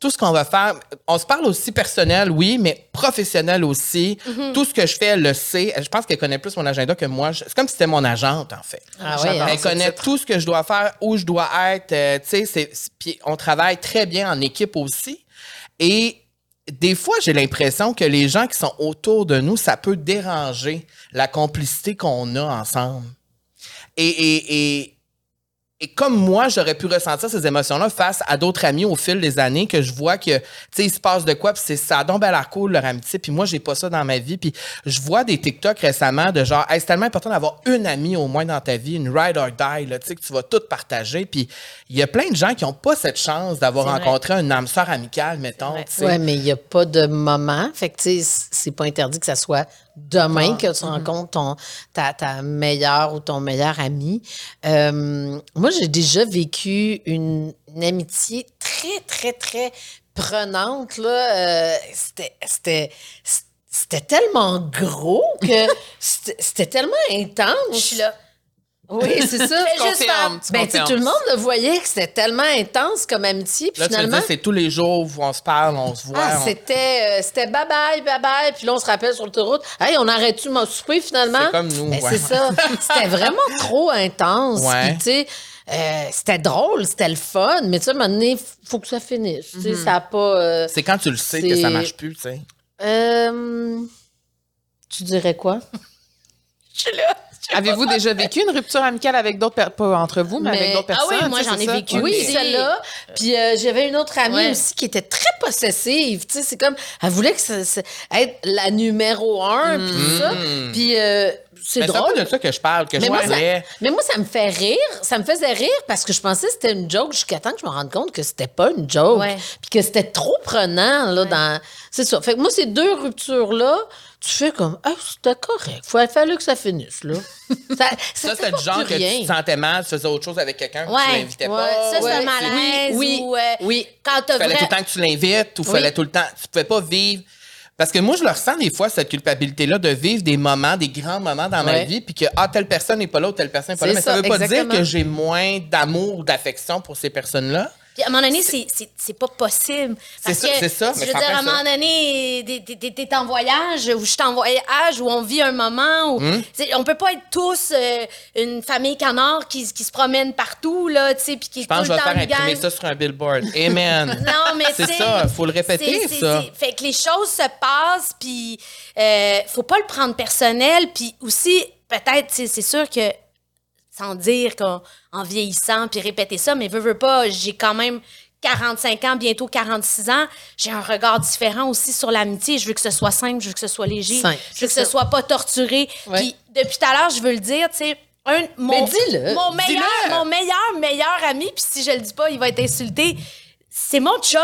tout ce qu'on va faire. On se parle aussi personnel, oui, mais professionnel aussi.
Mhm.
Tout ce que je fais, elle le sait. Je pense qu'elle connaît plus mon agenda que moi. Je- C'est comme si c'était mon agente, en fait.
Ah ouais.
J'adore.
hein?
Elle connaît tout ce que je dois faire, où je dois être. euh, tu sais, c'est- c'est- puis on travaille très bien en équipe aussi. Et des fois, j'ai l'impression que les gens qui sont autour de nous, ça peut déranger la complicité qu'on a ensemble. Et, et, et, et comme moi, j'aurais pu ressentir ces émotions-là face à d'autres amis au fil des années que je vois que, tu sais, il se passe de quoi, puis c'est ça, donc ben la cool, leur amitié, puis moi, j'ai pas ça dans ma vie, puis je vois des TikTok récemment de genre, Hey, c'est tellement important d'avoir une amie au moins dans ta vie, une ride or die, là, tu sais, que tu vas tout partager, puis il y a plein de gens qui ont pas cette chance d'avoir
C'est vrai.
rencontré une âme sœur amicale, mettons, tu sais.
Ouais, mais il n'y a pas de moment. Fait que, tu sais, c- c'est pas interdit que ça soit demain que tu rencontres ton, ta, ta meilleure ou ton meilleur ami. Euh, moi, j'ai déjà vécu une, une amitié très, très, très prenante. Là. Euh, c'était- c'était. C'était tellement gros que c'était c'était tellement intense.
Je suis là.
Oui, c'est ça.
Fais juste
Confirme,
faire-
tu
Ben, tu sais,
confirmes.
tout le monde le voyait que c'était tellement intense comme amitié. Puis
Là, tu
finalement,
me dis, c'est tous les jours où on se parle, on se voit.
ah,
on-
c'était euh, c'était bye bye, bye bye. Puis là, on se rappelle sur l'autoroute. Hey, on arrête-tu mon souper finalement?
C'est comme nous,
Ben,
ouais.
C'est ça. C'était vraiment trop intense.
Ouais.
Puis, tu sais, euh, c'était drôle, c'était le fun. Mais tu sais, à un moment donné, faut que ça finisse. Tu sais,
Mhm.
ça a pas. euh,
C'est quand tu le sais que
C'est-
ça marche plus, tu sais.
euh, tu dirais quoi?
Je suis là.
Avez-vous déjà vécu une rupture amicale avec d'autres personnes? Pas entre vous, mais,
Mais-
avec d'autres
Ah oui,
personnes.
moi,
tu sais,
j'en
c'est
ai
ça?
vécu.
Oui,
Oui.
celle-là. Puis euh, j'avais une autre amie
Ouais.
aussi qui était très possessive. Tu sais, c'est comme, elle voulait que ça, ça- être la numéro un, puis tout ça.
Mhm.
Mm.
Puis euh,
Ben,
c'est
Mais c'est
drôle.
pas de ça que je parle, que
Mais
je
moi,
parlais.
Mais moi, ça me fait rire. Ça me faisait rire parce que je pensais que c'était une joke jusqu'à temps que je me rende compte que c'était pas une joke.
Ouais.
Puis que c'était trop prenant, là, dans. C'est ça. Fait que moi, ces deux ruptures-là, tu fais comme, ah, c'était correct. Faut- Il fallait que ça finisse, là. ça,
Ça,
fait
c'était
pas
le genre
plus
que
rien.
tu te sentais mal, tu faisais autre chose avec quelqu'un, puis tu
Ouais.
l'invitais
Ouais,
pas.
Ça, c'est
ou-
un
oui,
malaise.
oui,
ou, euh,
oui.
Quand t'as
fallait
vrai-
tout le temps que tu l'invites ou fallait tout le temps. Tu pouvais pas vivre. Parce que moi, je le ressens des fois, cette culpabilité-là, de vivre des moments, des grands moments dans ma
Ouais.
vie, puis que, ah, telle personne n'est pas là ou telle personne n'est pas là.
C'est
Mais ça,
ça,
veut pas
exactement.
dire que j'ai moins d'amour ou d'affection pour ces personnes-là.
Puis à un moment donné, c'est- c'est c'est pas possible. Parce
ça,
que,
c'est ça, mais
Je veux
ça
dire, à un
empêche ça.
moment donné, t'es- t'es- t'es t'es en voyage, ou je suis en voyage, ou on vit un moment, où
Hmm.
c'est- on peut pas être tous euh, une famille canard qui, qui se promène partout, là, tu sais, puis qui est
Je pense
tout
que
le
je vais
temps
faire
une gang.
imprimer ça sur un billboard. Amen.
Non, mais
C'est
tu sais,
ça, faut le répéter,
c'est- c'est-
ça.
c'est- Fait que les choses se passent, puis euh, faut pas le prendre personnel, puis aussi, peut-être, tu sais, c'est sûr que sans dire qu'en en vieillissant, puis répéter ça, mais veux, veux pas, j'ai quand même 45 ans, bientôt 46 ans, j'ai un regard différent aussi sur l'amitié. Je veux que ce soit simple, je veux que ce soit léger,
Simple,
je veux que
c'est
ce
ça.
soit pas torturé.
Ouais.
Puis depuis tout à l'heure, je veux le dire, tu sais, un, mon,
Mais dis-le,
mon meilleur,
dis-le.
mon meilleur, meilleur ami, puis si je le dis pas, il va être insulté. c'est mon chum.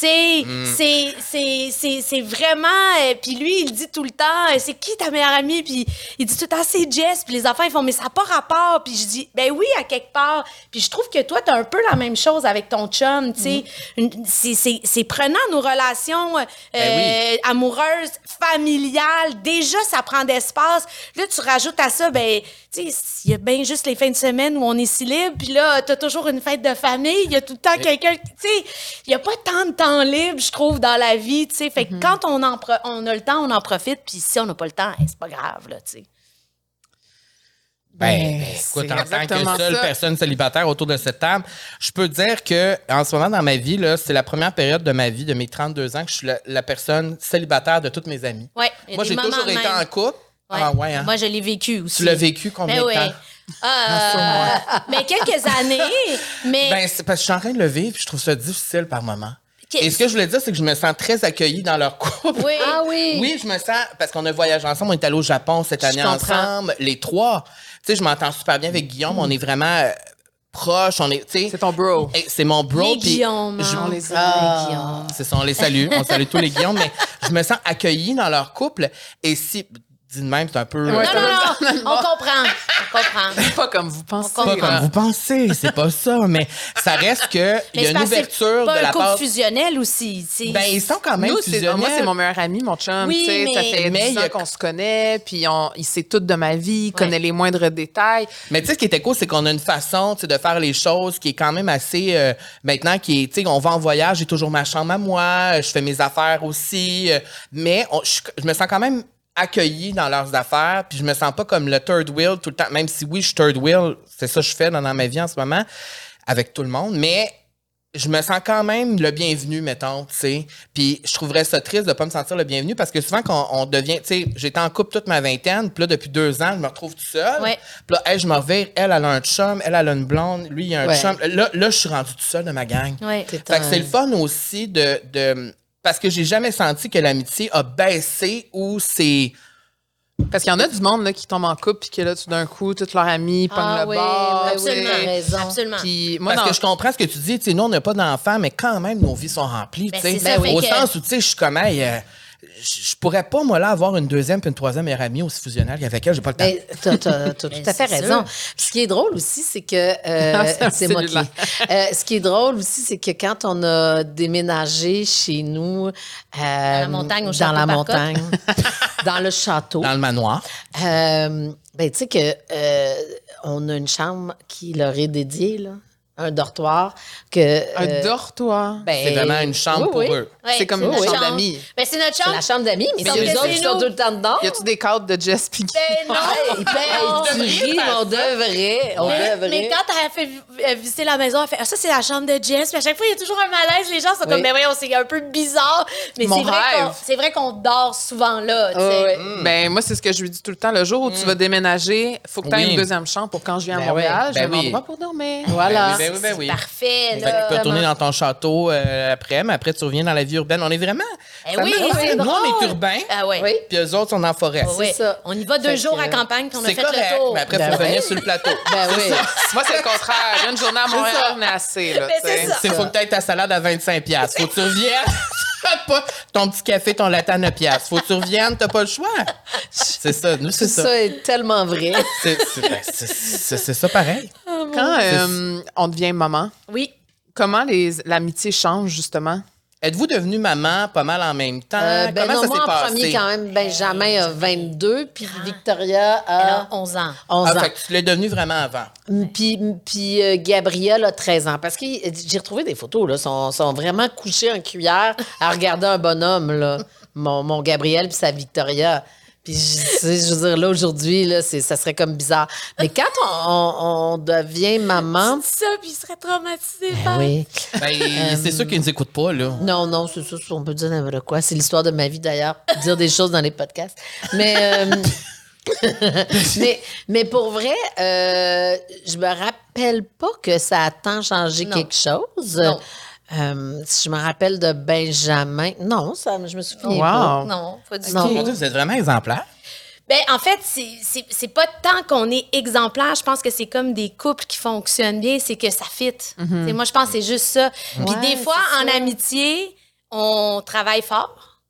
Tu sais,
Mm.
c'est- c'est- c'est c'est vraiment. euh, puis lui, il dit tout le temps, euh, c'est qui ta meilleure amie? Puis il dit tout le temps, c'est Jess. Puis les enfants, ils font, mais ça n'a pas rapport. Puis je dis, ben oui, à quelque part. Puis je trouve que toi, tu as un peu la même chose avec ton chum. Tu
Mm-hmm.
sais, Une- c'est- c'est c'est prenant nos relations euh,
Ben
amoureuses, familiales. Déjà, ça prend d'espace. Là, tu rajoutes à ça, ben, tu sais, il y a bien juste les fins de semaine où on est si libre. Puis là, tu as toujours une fête de famille. Il y a tout le temps quelqu'un. qui- Tu sais, il n'y a pas tant de temps libre, je trouve, dans la vie. Tu sais, fait
Mhm.
que quand on, en pro- on a le temps, on en profite. Puis si on n'a pas le temps, eh, c'est pas grave, là, tu sais.
Ben,
Ben,
écoute,
c'est
en tant
exactement
que seule
ça.
personne célibataire autour de cette table, je peux dire que en ce moment dans ma vie, là, c'est la première période de ma vie, de mes 32 ans, que je suis la, la personne célibataire de toutes mes amies.
Ouais, il y a
Moi,
des
j'ai
moments
toujours
de
été
même.
en couple.
Ouais.
Ah ouais, hein?
Moi, Ben je l'ai vécu aussi.
tu l'as vécu combien
Mais
de
oui. Euh,
temps?
mais quelques années. Mais
Ben, c'est parce que je suis en train de le vivre, puis je trouve ça difficile par moment.
Qu'est-
Et ce que je voulais dire, c'est que je me sens très accueillie dans leur couple.
oui.
Ah oui.
Oui, je me sens parce qu'on a voyagé ensemble, on est allé au Japon cette
Je
année
comprends.
ensemble, les trois. Tu sais, je m'entends super bien avec
Mm.
Guillaume, on est vraiment euh, proches, on est, tu sais,
C'est ton bro.
et c'est mon bro.
Mais
puis
Guillaume,
je-
hein.
On les aime,
Ah,
Guillaume.
C'est ça, on les salue, on salue tous les Guillaume, mais je me sens accueillie dans leur couple. Et si, dis de même, c'est un peu. euh,
Ouais,
c'est
non, non, non, on comprend. On comprend.
Pas comme vous pensez.
On
pas
comprend.
comme vous pensez, c'est pas ça, mais ça reste que il
Mais
y a
c'est
une
parce que c'est
ouverture
pas
de
un
la
couple
part.
fusionnel aussi. tu sais.
Ben ils sont quand même
Nous, c'est-
fusionnels.
moi, c'est mon meilleur ami, mon chum.
Oui,
tu sais, ça
mais-
fait
Mais
10
il y a-
ans qu'on se connaît, puis on, il sait tout de ma vie, il connaît les moindres détails.
Mais tu sais, ce qui était cool, c'est qu'on a une façon tu sais, de faire les choses qui est quand même assez. euh, maintenant, qui est. Tu sais, on va en voyage, j'ai toujours ma chambre à moi, euh, je fais mes affaires aussi. euh, mais on- je, je me sens quand même accueillie dans leurs affaires, puis je me sens pas comme le third wheel tout le temps, même si oui, je suis third wheel, c'est ça que je fais dans, dans ma vie en ce moment, avec tout le monde, mais je me sens quand même le bienvenu, mettons, tu sais. Puis je trouverais ça triste de pas me sentir le bienvenu parce que souvent quand on devient, tu sais, j'étais en couple toute ma vingtaine, puis là depuis deux ans, je me retrouve tout seul.
Ouais.
Puis là, hey, je me revire, elle, elle a un chum, elle, elle a une blonde, lui, il a un
Ouais.
chum. Là, là, je suis rendu tout seul de ma gang.
Ouais.
T'es
Fait que
un-
c'est le fun aussi de, de- parce que j'ai jamais senti que l'amitié a baissé ou c'est
Parce qu'il y en a du monde là, qui tombe en couple, puis que là, tout d'un coup, toute leur amie pogne
Ah
le
oui,
bord.
oui,
Absolument.
oui, raison.
Absolument.
Puis moi,
parce
dans-
que je comprends ce que tu dis, tu sais, nous on n'a pas d'enfants mais quand même nos vies sont remplies,
Ben,
tu sais.
c'est ça,
Ben
fait
au
que-
sens où tu sais je suis comme hey, euh, je je pourrais pas moi là avoir une deuxième puis une troisième meilleure amie aussi fusionnelle qu'avec elle, j'ai pas le temps.
Ben, t'as, t'as- t'as tout à fait
c'est
raison. Puis Ce qui est drôle aussi, c'est que euh,
C'est un
c'est moi qui.
cellulaire.
Euh, ce qui est drôle aussi, c'est que quand on a déménagé chez nous, euh,
la montagne, au
dans
château
la
Barcotte.
montagne, dans le château,
dans le manoir.
euh, ben tu sais que euh, on a une chambre qui leur est dédiée là, un dortoir que
un
euh,
dortoir.
ben,
C'est vraiment une chambre
oui,
pour
oui.
eux.
Ouais,
c'est comme
c'est
une
notre
chambre
chambre.
d'amis.
Ben, c'est notre
C'est
chambre.
la chambre d'amis, mais
Mais
c'est
c'est
eux autres
chez
qui sont
nous.
tout le temps dedans.
Y a-tu des cadres de Jess Piggy?
Ben non,
Hey,
ben, on-
tu ris, mais on devrait. On
mais,
devrait.
mais quand elle a fait vi- euh, visiter la maison, elle fait ah, ça c'est la chambre de Jess. Puis à chaque fois il y a toujours un malaise. Les gens sont
Oui.
comme mais voyons c'est un peu bizarre. Mais
Mon
c'est vrai
rêve.
qu'on- c'est vrai qu'on dort souvent là. tu
Ah,
sais.
ouais.
Hmm.
Ben, moi, c'est ce que je lui dis tout le temps. Le jour où tu vas déménager, faut que tu aies
Oui.
une deuxième chambre pour quand je viens à
Ben
Montréal,
oui,
j'ai
ben
un
oui.
endroit pour dormir.
Voilà.
Ben oui, ben oui.
Parfait
Fait que tu
là.
peux
Exactement.
retourner dans ton château euh, après, mais après tu reviens dans la vie urbaine. On est vraiment.
Eh
ça
oui,
me-
c'est
nous, on est
drôle.
urbain,
Ah ouais.
Oui.
puis eux autres sont en forêt.
Ah ouais.
ça.
On y va deux
Fait
jours
que-
à campagne puis on a
C'est
fait
correct,
le tour.
mais après, il
Ben
faut
ouais.
venir sur le plateau.
Ben oui.
Moi, c'est le contraire. J'ai une journée à Montréal, on est assez. Là,
Mais
tu sais.
c'est ça.
C'est faut que t'aies ta salade à 25 pièces. Faut que tu reviennes. T'as pas ton petit café, ton latte à 9 pièces. Faut que tu reviennes, t'as pas le choix. C'est ça, nous c'est
Tout
ça.
ça est tellement vrai.
C'est c'est- ben, c'est- c'est- c'est ça pareil.
Quand euh, on devient maman,
Oui.
comment les- l'amitié change, justement?
Êtes-vous devenue maman pas mal en même temps
Euh, ben
Ah, Comment
non,
ça
moi,
s'est
en
passé
premier, quand même, Benjamin a 22, puis Victoria
Elle a
a
11 ans.
11
Ah,
ans.
fait que tu l'es devenue vraiment avant.
Mm, Puis, mm, puis euh, Gabrielle a 13 ans. Parce que j'ai retrouvé des photos, là. sont, sont vraiment couchés en cuillère à regarder un bonhomme, là. Mon, mon Gabriel puis sa Victoria. Puis, je, tu sais, je veux dire, là, aujourd'hui, là, c'est- ça serait comme bizarre. Mais quand on, on- on devient
Hein?
maman.
Tu dis ça puis il serait traumatisé
Ben
par.
oui.
Ben, c'est sûr qu'ils nous écoutent pas là.
Non, non, c'est ça, on peut dire n'importe quoi. C'est l'histoire de ma vie d'ailleurs, dire des choses dans les podcasts. Mais, euh, mais, mais pour vrai, euh, je me rappelle pas que ça a tant changé
Non.
quelque chose.
Non.
Euh, si je me rappelle de Benjamin, non, ça, je me souviens
Wow.
pas.
Non, pas du
Non.
tout.
Mon Dieu, vous êtes vraiment exemplaire.
Ben, en fait, c'est- c'est c'est pas tant qu'on est exemplaire. Je pense que c'est comme des couples qui fonctionnent bien, c'est que ça fit. T'sais, Moi, je pense que c'est juste ça. Puis
Mhm. Ouais,
des fois,
c'est
en
ça.
amitié, on travaille fort.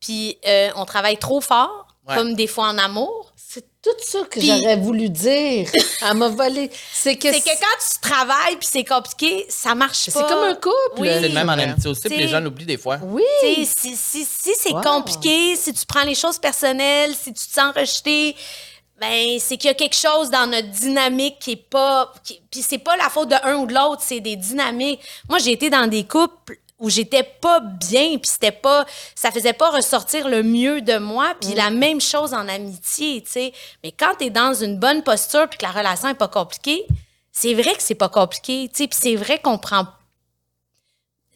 Puis euh, on travaille trop fort,
Ouais.
comme des fois en amour.
C'est tout ça que
Puis-
j'aurais voulu dire. Elle m'a volé. C'est que
C'est que quand tu travailles puis c'est compliqué, ça marche
c'est
pas.
comme un couple.
Oui.
C'est le même en
Ouais.
amitié aussi, puis
C'est-
les gens l'oublient des fois.
Oui.
T'sais, si, si, si c'est
Wow.
compliqué, si tu prends les choses personnelles, si tu te sens rejeté, ben c'est qu'il y a quelque chose dans notre dynamique qui est pas qui- puis c'est pas la faute de un ou de l'autre, c'est des dynamiques. Moi, j'ai été dans des couples où j'étais pas bien puis c'était pas ça faisait pas ressortir le mieux de moi
Mm.
puis la même chose en amitié, tu sais. Mais quand tu es dans une bonne posture puis que la relation est pas compliquée, c'est vrai que c'est pas compliqué, tu sais, puis c'est vrai qu'on prend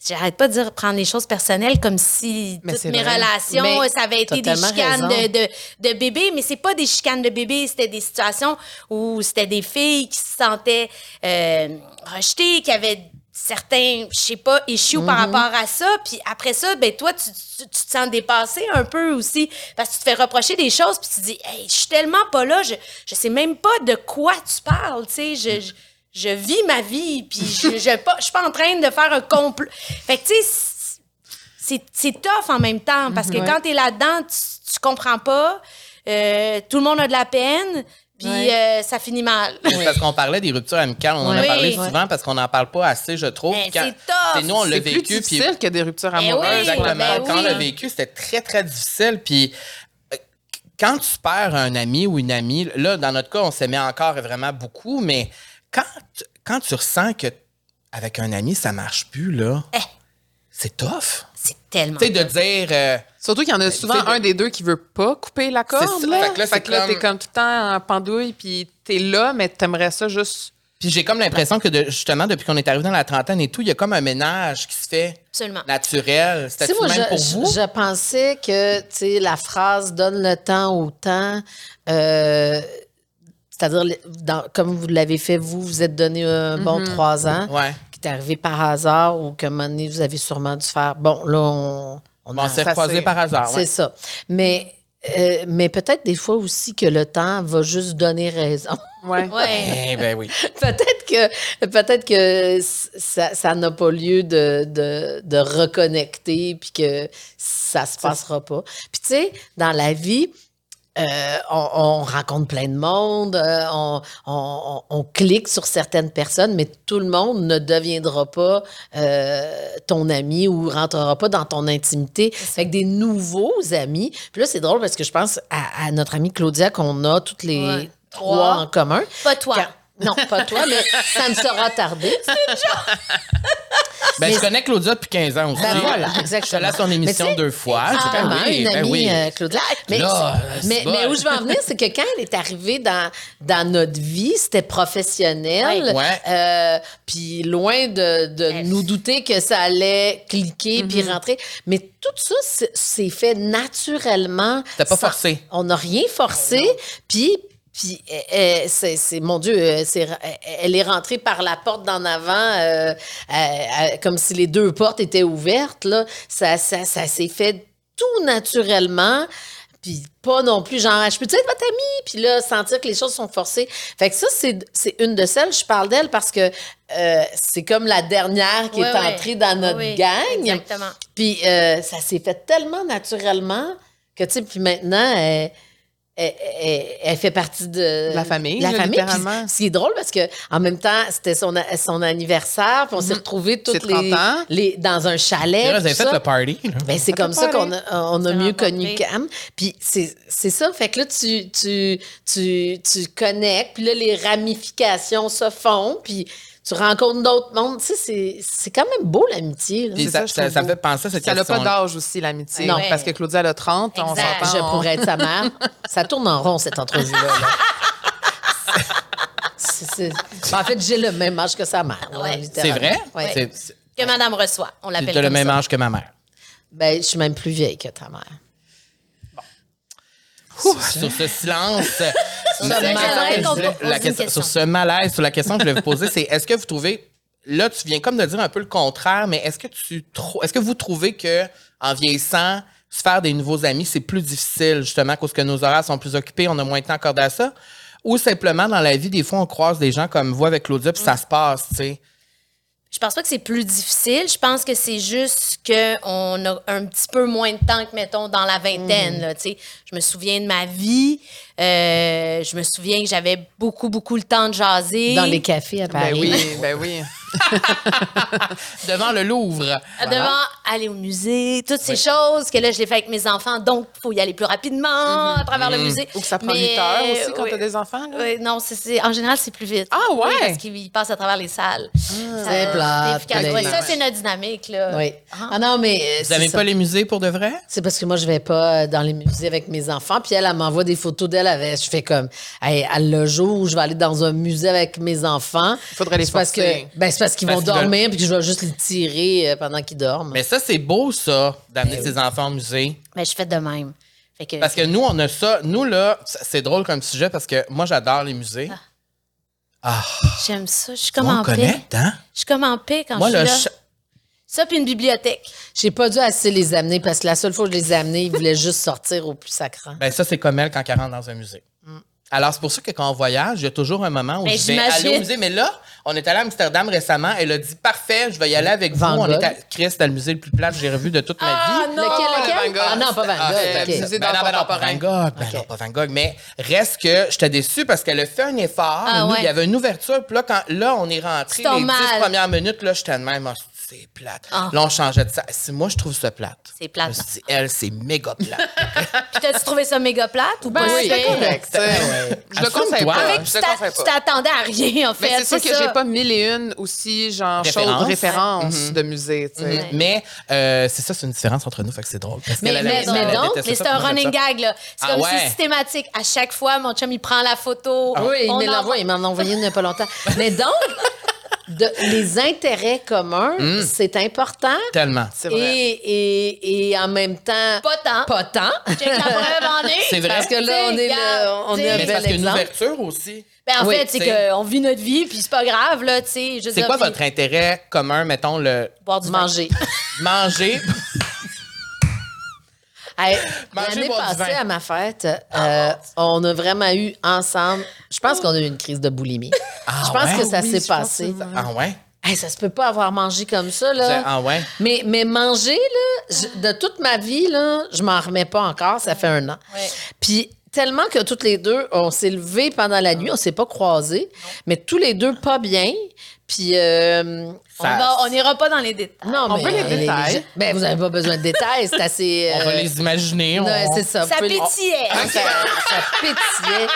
J'arrête pas de dire prendre les choses personnelles comme si
Mais
toutes
c'est
mes
vrai.
relations,
Mais
ça avait été
t'as
des
tellement
chicanes
raison.
de, de, de bébés, mais c'est pas des chicanes de bébés, c'était des situations où c'était des filles qui se sentaient euh, rejetées, qui avaient certains, je sais pas, issues par
Mm-hmm.
rapport à ça. Puis après ça, ben toi, tu, tu- tu te sens dépassé un peu aussi parce que tu te fais reprocher des choses, puis tu dis, hey, je suis tellement pas là, je, je sais même pas de quoi tu parles, tu sais, je. je je vis ma vie, puis je je pas- je suis pas en train de faire un complot. Fait que, tu sais, c'est, c'est tough en même temps parce que
Mhm.
quand tu es là-dedans, tu, tu comprends pas, euh, tout le monde a de la peine, puis
Ouais.
euh, ça finit mal.
C'est Parce qu'on parlait des ruptures amicales, on en a
Oui.
parlé
Ouais.
souvent parce qu'on n'en parle pas assez, je trouve.
Ben,
Quand-
c'est tough.
c'est Nous, on l'a
C'est plus
vécu, puis
difficile que des ruptures
Eh
amoureuses.
oui,
Exactement.
ben
quand on l'a
oui.
vécu, c'était très, très difficile. Puis euh, quand tu perds un ami ou une amie, là, dans notre cas, on s'aimait encore vraiment beaucoup, mais quand, tu- quand tu ressens que avec un ami, ça marche plus, là,
Eh.
c'est tough.
C'est tellement.
Tu sais, de dire. euh,
Surtout qu'il y en a souvent
tu sais,
un des deux qui veut pas couper la corde.
C'est ça.
Là.
Fait que là, c'est
là,
comme-
t'es comme tout le temps en pendouille, puis t'es là, mais t'aimerais ça juste.
puis j'ai comme l'impression que, de- justement, depuis qu'on est arrivé dans la trentaine et tout, il y a comme un ménage qui se fait
Absolument.
naturel.
Tu sais,
C'était
moi,
même
je,
pour
je-
vous.
je pensais que, tu sais, la phrase donne le temps au temps, euh, c'est-à-dire, le- dans- comme vous l'avez fait, vous, vous êtes donné un bon trois ans,
Mm-hmm. Ouais.
qui est arrivé par hasard ou que un moment donné, vous avez sûrement dû faire. Bon, là, on. on
Bon, on
arrête.
s'est croisés
c'est-
par hasard.
C'est
ouais.
ça. Mais, euh, mais peut-être des fois aussi que le temps va juste donner raison.
Ouais.
Ouais.
Eh ben oui.
peut-être que, peut-être que c- ça ça n'a pas lieu de, de, de reconnecter puis que ça se passera pas. Puis tu sais, dans la vie, euh, on, on rencontre plein de monde, euh, on, on- on- on clique sur certaines personnes, mais tout le monde ne deviendra pas euh, ton ami ou rentrera pas dans ton intimité. Fait que des nouveaux amis. Puis là, c'est drôle parce que je pense à, à notre amie Claudia qu'on a toutes les
Ouais.
trois
Trois.
en commun.
Pas toi.
Quand- Non, pas toi, mais ça me sera tardé.
Ben, je connais Claudia depuis 15 ans aussi.
Ben voilà,
Je suis allée
exactement.
à son émission
Mais tu sais,
deux fois.
Ah,
Ben
vraiment,
oui,
une
ben
amie,
oui.
euh, Claudia. Mais,
Là,
c'est- mais,
c'est bon.
mais où je veux en venir, c'est que quand elle est arrivée dans, dans notre vie, c'était professionnel.
Ouais. Ouais.
euh, puis loin de, de
Yes.
nous douter que ça allait cliquer puis rentrer. Mais tout ça, c'est- c'est fait naturellement.
T'as pas
sans-
forcé.
on n'a rien forcé, puis puis euh, euh, c'est c'est- mon Dieu, euh, c'est- euh, elle est rentrée par la porte d'en avant, euh, euh, euh, comme si les deux portes étaient ouvertes là. Ça ça, ça s'est fait tout naturellement. Puis pas non plus, genre, ah, je peux être votre amie, puis là, sentir que les choses sont forcées. Fait que ça, c'est c'est une de celles, je parle d'elle parce que euh, c'est comme la dernière qui
Ouais,
est
ouais.
entrée dans notre
Oui,
gang.
Exactement.
Puis euh, ça s'est fait tellement naturellement que, tu sais, puis maintenant, elle, elle- elle- elle fait partie de
La famille,
La
là,
famille.
littéralement.
Puis ce qui est drôle parce que en même temps, c'était son, son anniversaire, puis on s'est retrouvés toutes
Mhm. C'est 30
les,
ans.
les- dans un chalet.
Là, vous
puis
avez
tout
fait
ça.
le party. là.
Ben, c'est comme ça
parler.
qu'on a, on a
C'est
mieux
rencontré.
connu Cam. Puis c'est c'est ça. Fait que là, tu, tu, tu, tu connectes. Puis là, les ramifications se font. Puis tu rencontres d'autres mondes. Tu sais, c'est- c'est quand même beau l'amitié. là.
Puis
C'est
ça,
ça, je
ça-
trouve
ça me
beau.
fait penser à cette
Ça n'a pas
question-là.
d'âge aussi, l'amitié.
Non.
Parce que Claudia, elle a 30, on
Exact.
s'entend.
Ben, Je
on-
pourrais être sa mère. Ça tourne en rond, cette entrevue-là. là. C'est- c'est- En fait, j'ai le même âge que sa mère. là,
Ouais. C'est
C'est
littéralement.
vrai?
Ouais.
C'est- c'est-
Que madame reçoit, on l'appelle
T'as le
comme
même
ça.
âge que ma mère.
Ben, je suis même plus vieille que ta mère.
Ouh, sur ce silence.
ce
la question
malaise
que je
qu'on
voulais-
pose
la
une
question-
question.
Sur ce malaise, sur la question que je voulais vous poser, c'est est-ce que vous trouvez. Là, tu viens comme de dire un peu le contraire, mais est-ce que tu trou- est-ce que vous trouvez que en vieillissant, se faire des nouveaux amis, c'est plus difficile, justement, parce que nos horaires sont plus occupés, on a moins de temps accordé à ça. Ou simplement, dans la vie, des fois, on croise des gens comme vous avec Claudia, puis ça se passe, tu sais.
Je pense pas que c'est plus difficile. Je pense que c'est juste qu'on a un petit peu moins de temps que, mettons, dans la
Mhm.
vingtaine. là, tu sais. je me souviens de ma vie. euh, je me souviens que j'avais beaucoup, beaucoup le temps de jaser.
Dans les cafés à Paris.
Ben oui, ben oui.
Devant le Louvre.
Ah, Devant aller au musée, toutes ces choses que là, je l'ai fait avec mes enfants. Donc, il faut y aller plus rapidement à travers le musée.
Ou que ça prend
Mais,
8 heures aussi quand
oui.
t'as des enfants. là.
Oui, non, c'est- c'est- en général, c'est plus vite.
Ah ouais?
Oui, parce qu'ils passent à travers les salles. Ça,
C'est plate,
efficace.
mais-
Ouais, ça, c'est notre dynamique. Là.
Oui. Ah non, mais. euh,
Vous
c'est
n'aimez
ça.
pas les musées pour de vrai?
C'est parce que moi, je vais pas euh, dans les musées avec mes enfants. Puis elle, elle m'envoie des photos d'elle. avec- Je fais comme, Hey, elle, le jour où je vais aller dans un musée avec mes enfants.
Faudrait les
c'est parce que
forcer.
Ben, c'est parce qu'ils
Parce
vont
qu'ils veulent-
dormir puis que je vais juste les tirer euh, pendant qu'ils dorment.
Mais ça, c'est beau, ça, d'amener ses enfants au musée.
Mais je fais de même. Fait que,
Parce que nous, on a ça. Nous, là, c- c'est drôle comme sujet parce que moi, j'adore les musées.
Ah. j'aime ça. Je suis comme
on
en paix.
connecte, hein?
Je suis comme en paix quand
Moi,
Ah, je
là,
suis là.
je-
Ça, puis une bibliothèque.
J'ai pas dû assez les amener parce que la seule fois que je les ai amenés, ils voulaient juste sortir au plus sacrant.
Ben, ça, c'est comme elle quand elle rentre dans un musée. Alors, c'est pour ça que quand on voyage, il y a toujours un moment où
Mm. Ben,
je vais
j'imagine.
aller au musée. Mais là, on est allé à Amsterdam récemment. Elle a dit Parfait, je vais y aller avec
Van
vous. On
Gogh.
est à Chris, dans le musée le plus plat que j'ai revu de toute ma vie.
Ah, non,
lequel?
Ah non, pas Van
Ah,
Gogh,
c'est
ok.
abusé.
Musée
Ben
d'art
non, ben non, pas
contemporain.
Van Gogh. Ben non, pas Van Gogh. Mais reste que j'étais déçue parce qu'elle a fait un effort.
Ah
Nous,
ouais.
Il y avait une ouverture. Puis là, quand, là on est rentré
Tu
les
tombes
dix
mal.
premières minutes. Là, j'étais de même. oh, c'est plate.
Ah.
Là, on changeait de ça. Si moi, je trouve ça plate.
C'est plate.
Je me suis dit, elle, c'est méga plate.
Puis t'as-tu trouvé ça méga plate ou
Ben,
pas?
c'était
super?
correct. tu sais. Je le conseille
Assume-toi.
pas.
Fait que
Je
tu
le
t'a-
conseille
tu
pas.
t'attendais à rien, en fait.
Mais c'est sûr que
ça.
j'ai pas mille et une aussi, genre, choses de
Références. Mm-hmm.
références de musée, tu sais.
Ouais.
Mais euh, c'est ça, c'est une différence entre nous. Fait que c'est drôle. parce
Mais-
qu'elle, elle
mais-
avait dit,
mais
elle
donc,
détestait
Mais
ça,
c'est un
puis moi, j'aime
running
ça.
gag, là. C'est
Ah
comme
ouais.
c'est systématique. À chaque fois, mon chum, il prend la photo.
Ah Oui, il
On
me
en-
l'envoie, il m'en a envoyé il n'y a pas longtemps. Mais donc, de- les intérêts communs,
Mm.
c'est important.
Tellement.
C'est
Et,
vrai.
et, et en même temps,
Pas tant.
pas tant.
hein. Check la preuve en est.
C'est vrai.
Parce que là, on est, le, on est un
Mais c'est
Mais
parce qu'il
bel
y a une
exemple.
ouverture aussi.
Ben, en
Oui,
fait, c'est
tu sais.
qu'on vit notre vie, puis c'est pas grave, là, tu sais. je veux
C'est
dire,
quoi
puis
votre intérêt commun, mettons, le
Boire du vin.
Manger.
manger?
Hey,
Manger,
L'année
boire du
passée,
vin. Ah,
à ma fête, euh, on a vraiment eu ensemble. Je pense qu'on a eu une crise de boulimie.
Ah
je pense
ouais?
que ça
Oui, je pense
s'est passé.
que-
Ah ouais?
Hey, ça se peut pas avoir mangé comme ça, là.
Ah ouais?
Mais, mais manger, là, je- de toute ma vie, là, je m'en remets pas encore. Ça fait un an.
Ouais.
Puis tellement que toutes les deux, on s'est levés pendant la nuit, on s'est pas croisés, mais tous les deux pas bien. Puis euh,
On
Ça-
va- On n'ira pas dans les détails.
non,
On
mais
veut les détails.
gens- ben, vous avez pas besoin de détails, c'est assez.
On va
euh,
les imaginer.
non,
on-
c'est ça. vous
Ça
pouvez les-
pétillait.
Ça, ça pétillait.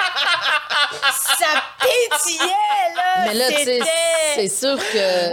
ça pétillait, là.
Mais là, tu sais,
C'était-
c'est sûr que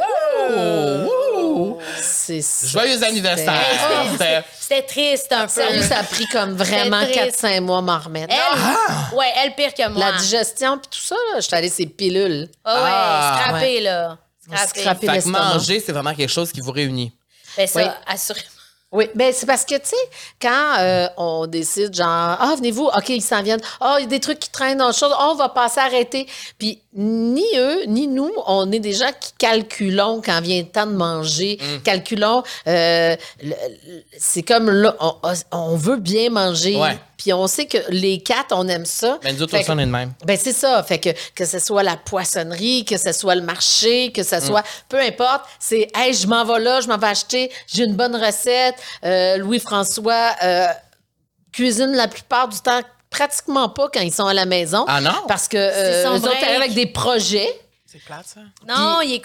Oh, oh.
c'est
Joyeux anniversaire! C'est-
C'était triste un peu.
Sérieux, ça a pris comme vraiment
triste. Eh,
4-5 mois à m'en remettre.
Elle, ouais, elle pire que moi.
La digestion puis tout ça, là, je suis allée ces pilules.
Ah ouais,
Ah.
scrappé, là. Scrappé.
Scrappé.
Fait que
l'estomac.
manger, c'est vraiment quelque chose qui vous réunit.
Ben ça,
Oui.
assurément.
Oui, ben c'est parce que, tu sais, quand euh, on décide, genre, ah, venez-vous, OK, ils s'en viennent, ah, il y a des trucs qui traînent dans le choses, Ah, on va passer à arrêter. Puis, ni eux, ni nous, on est des gens qui calculons quand vient le temps de manger,
Mm.
calculons, euh, le- le- c'est comme, là, on, on veut bien manger,
Ouais.
puis on sait que les quatre, on aime ça.
Mais nous autres
Fait
aussi,
que-
on est de même.
ben c'est ça, fait que que ce soit la poissonnerie, que ce soit le marché, que
Mm.
ce soit peu importe, c'est hey je m'en vais là, je m'en vais acheter, j'ai une bonne recette. Euh, Louis-François euh, cuisine la plupart du temps pratiquement pas quand ils sont à la maison
Ah non?
parce que euh,
son
eux autres
break.
arrivent avec des projets.
C'est plate, ça.
Non, il est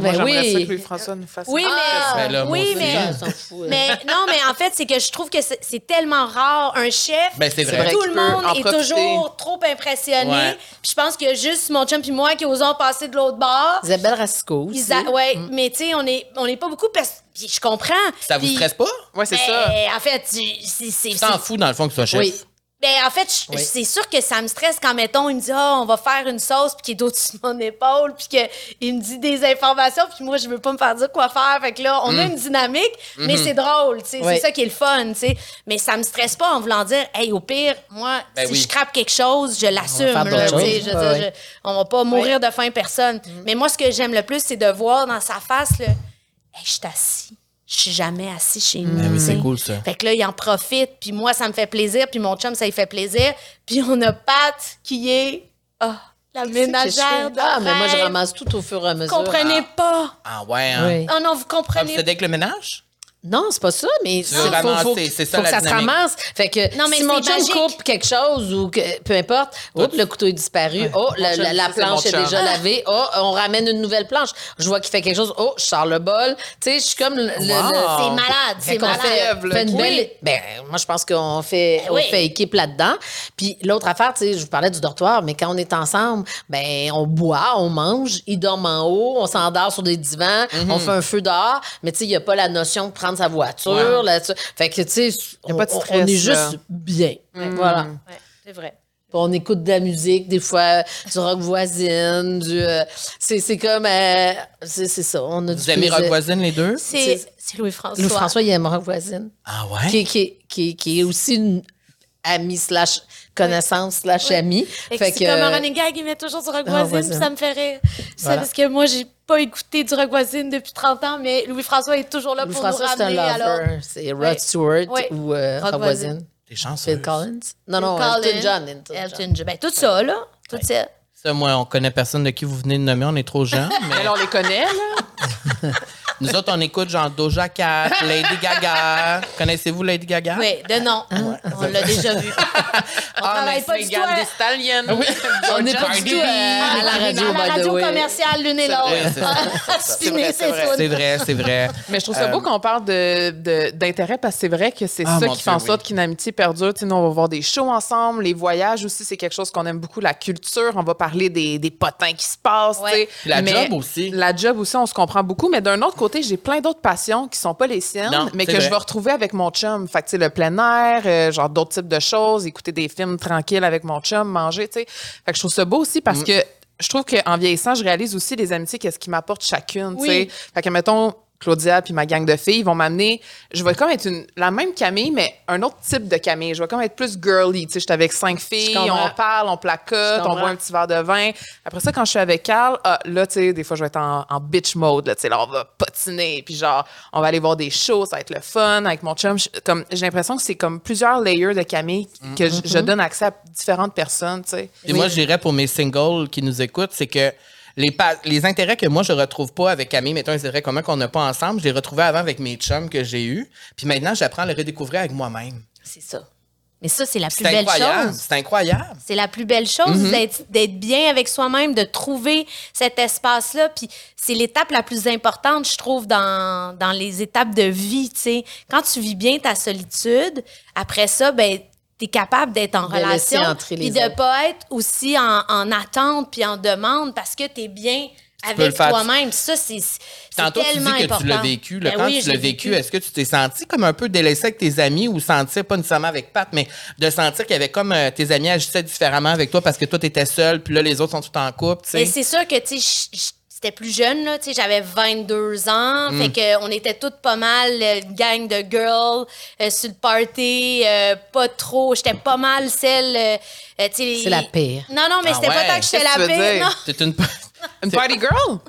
Moi,
Ben
j'aimerais
oui.
ça que Louis-François nous fasse
Oui,
ça.
mais,
Ben là, moi
oui,
aussi,
mais,
hein.
On s'en fout, euh.
mais non, mais en fait, c'est que je trouve que c'est- c'est tellement rare un chef.
Ben, c'est
que
vrai.
Tout
Tu
le
peux
monde
en
est
profiter.
toujours trop impressionné.
Ouais.
Puis je pense que juste mon chum puis moi qui osons passer de l'autre bord.
Isabelle Rasco. aussi.
Ils a- ouais, mais tu sais, on est, on est pas beaucoup parce puis je comprends.
Ça vous
Puis-
stresse pas?
Ouais, c'est
Ben,
ça.
En fait, tu- c'est c'est-
Tu
c'est-
t'en fous, dans le fond, que tu sois chef.
Oui.
Ben, en fait, je-
Oui.
c'est sûr que ça me stresse quand, mettons, il me dit, Ah, on va faire une sauce, puis qu'il est au-dessus de mon épaule, puis qu'il me dit des informations, puis moi, je veux pas me faire dire quoi faire. Fait que là, on a
Mm.
une dynamique,
Mm-hmm.
mais c'est drôle, tu sais.
Oui.
C'est ça qui est le fun, tu sais. Mais ça me stresse pas en voulant dire, hey, au pire, moi,
Ben
si
oui.
je crappe quelque chose, je l'assume,
faire
là,
d'autres
tu sais.
choses.
Je veux
Ah
dire,
oui.
je- on va pas mourir
Mm-hmm.
de faim, personne. Mais moi, ce que j'aime le plus, c'est de voir dans sa face, là, hey, je suis assis. je suis jamais assis chez nous.
Ben oui,
tu
c'est
sais.
cool, ça.
Fait que là, il en profite, puis moi, ça me fait plaisir, puis mon chum, ça lui fait plaisir. Puis on a Pat qui est ah, la ménagère de
Ah, mais moi, je
rêve.
ramasse tout au fur et à mesure.
comprenez pas.
Ah ouais, hein?
Oui.
Oh non, vous
Comme
comprenez
c'était avec le ménage?
Non, c'est pas ça,
veux
mais c'est-
ramasser,
faut,
c'est ça
faut que
la
ça se
dynamique.
ramasse. Fait que
Non, mais
si mon
c'est
chum
magique.
coupe quelque chose ou que, peu importe, hop, le couteau est disparu, oh, la,
chum,
la- la
ça, c'est
planche
mon
est
chum.
Ah!
déjà lavée, oh, on ramène une nouvelle planche. Je vois qu'il fait quelque chose, oh, je sors le bol. Tu sais, je suis comme le. le-
Wow.
le-
C'est malade, c'est
Fait qu'on
malade.
fait, fait une
euh, Oui.
belle. Ben, moi, je pense qu'on fait,
Oui.
on fait équipe là-dedans. Puis l'autre affaire, tu sais, je vous parlais du dortoir, mais quand on est ensemble, ben, on boit, on mange, ils dorment en haut, on s'endort sur des divans, on fait un feu dehors, mais tu sais, il n'y a pas la notion de prendre sa voiture. là, tu- fait que, tu sais,
Y a
on,
pas de
on-
stress,
on est
là. Mhm.
juste bien.
Hmm.
Voilà.
Ouais, c'est vrai.
Puis on écoute de la musique, des fois du rock voisine, du. euh, c'est c'est comme. euh, c'est c'est ça. On a
Vous
du
aimez
plaisir.
Rock Voisine, les deux?
C'est c'est Louis-François.
Louis-François, il aime rock voisine
Ah
Hein?
ouais?
qui, qui, qui, qui est aussi une amie slash connaissance slash amie.
Fait que
Fait
c'est
que,
comme un
euh,
running gag, il met toujours du rock
Ah,
voisine,
voisine.
puis ça me fait rire. C'est
Voilà.
parce que moi, j'ai pas écouté du rock voisine depuis 30 ans, mais Louis-François est toujours là pour nous
Louis-François, c'est un
ramener.
lover.
Alors,
C'est Rod
Ouais.
Stewart
Ouais.
ou euh,
Rock
rock
voisine.
voisine.
T'es chanceuse.
Phil Collins? Non,
Phil
non, Elton
Collins,
John. Elton John.
Elton John. Ben, tout ça, là. Tout ça.
Ça, moi, on connaît personne de qui vous venez de nommer, on est trop jeunes. mais
Elle, on les connaît, là.
nous autres, on écoute genre Doja Cat, Lady Gaga. Connaissez-vous Lady Gaga?
Oui, de non. On l'a déjà vu. On
Ah,
travaille Ah, pas du tout à,
Stallion.
On n'est pas du
Cardi
tout
B,
à, à la
à
radio,
la
by the
radio
way.
commerciale l'une et
Oui,
l'autre.
c'est ça.
C'est
vrai, c'est vrai.
C'est vrai, c'est vrai.
Mais je trouve ça beau qu'on parle de- de- d'intérêt parce que c'est vrai que c'est
Euh. Ah,
ça
mon
qui fait en
Dieu,
sorte
oui.
qu'une amitié perdure. Tu sais, nous, on va voir des shows ensemble, les voyages aussi, c'est quelque chose qu'on aime beaucoup, la culture. On va parler des, des potins qui se passent.
Ouais.
tu sais.
La
Mais
job aussi.
La job aussi, on se comprend beaucoup. Mais d'un autre côté, j'ai plein d'autres passions qui sont pas les siennes,
Non,
mais
c'est
que
vrai.
je vais retrouver avec mon chum. Fait que, tu sais, le plein air, euh, genre d'autres types de choses, écouter des films tranquilles avec mon chum, manger, tu sais. Fait que je trouve ça beau aussi parce que je trouve qu'en vieillissant, je réalise aussi les amitiés, qu'est-ce qui m'apporte chacune, tu sais.
Oui.
Fait que, mettons, Claudia puis ma gang de filles vont m'amener. Je vais comme être une, la même Camille, mais un autre type de Camille. Je vais comme être plus girly. Tu sais, j'étais avec cinq filles,
comprends.
on parle, on placote,
Je
on
comprends.
boit un petit verre de vin. Après ça, quand je suis avec Carl, ah, là, tu sais, des fois, je vais être en, en bitch mode. Là, tu sais, là, on va patiner, puis genre, on va aller voir des shows, ça va être le fun. Avec mon chum, je- comme, j'ai l'impression que c'est comme plusieurs layers de Camille que je, je donne accès à différentes personnes, tu sais.
Et moi, je dirais pour mes singles qui nous écoutent, c'est que les, pa- les intérêts que moi, je retrouve pas avec Camille, mettons les intérêts communs qu'on n'a pas ensemble, je les retrouvais avant avec mes chums que j'ai eus. Puis maintenant, j'apprends à le redécouvrir avec moi-même.
C'est ça. Mais ça, c'est la plus
C'est
belle
incroyable.
chose.
C'est incroyable.
C'est la plus belle chose
Mhm.
d'être- d'être bien avec soi-même, de trouver cet espace-là. Puis c'est l'étape la plus importante, je trouve, dans, dans les étapes de vie. tu sais. Quand tu vis bien ta solitude, après ça, ben t'es capable d'être en
De laisser
relation
entrer les
puis de
autres.
pas être aussi en, en attente puis en demande parce que t'es bien
peux
avec
le faire.
toi-même. Ça, c'est c'est
Tantôt, tu dis
tellement
que
important.
tu l'as vécu. Là,
Ben
quand
oui,
tu
je
l'as
l'ai
vécu, est-ce que tu t'es senti comme un peu délaissé avec tes amis ou sentir, pas nécessairement avec Pat, mais de sentir qu'il y avait comme euh, tes amis agissaient différemment avec toi parce que toi, t'étais seul, puis là, les autres sont tout en couple, tu sais?
Mais c'est sûr que, tu sais, je- je- c'était plus jeune, là, tu sais, j'avais 22 ans,
Mm.
fait que on était toutes pas mal euh, une gang de girls euh, sur le party, euh, pas trop, j'étais pas mal celle, euh, euh, tu sais...
C'est la pire.
Non, non, mais
Ah
c'était
ouais.
pas tant que j'étais
Qu'est-ce que
la
tu veux
pire,
dire?
non.
T'es une...
Une party girl?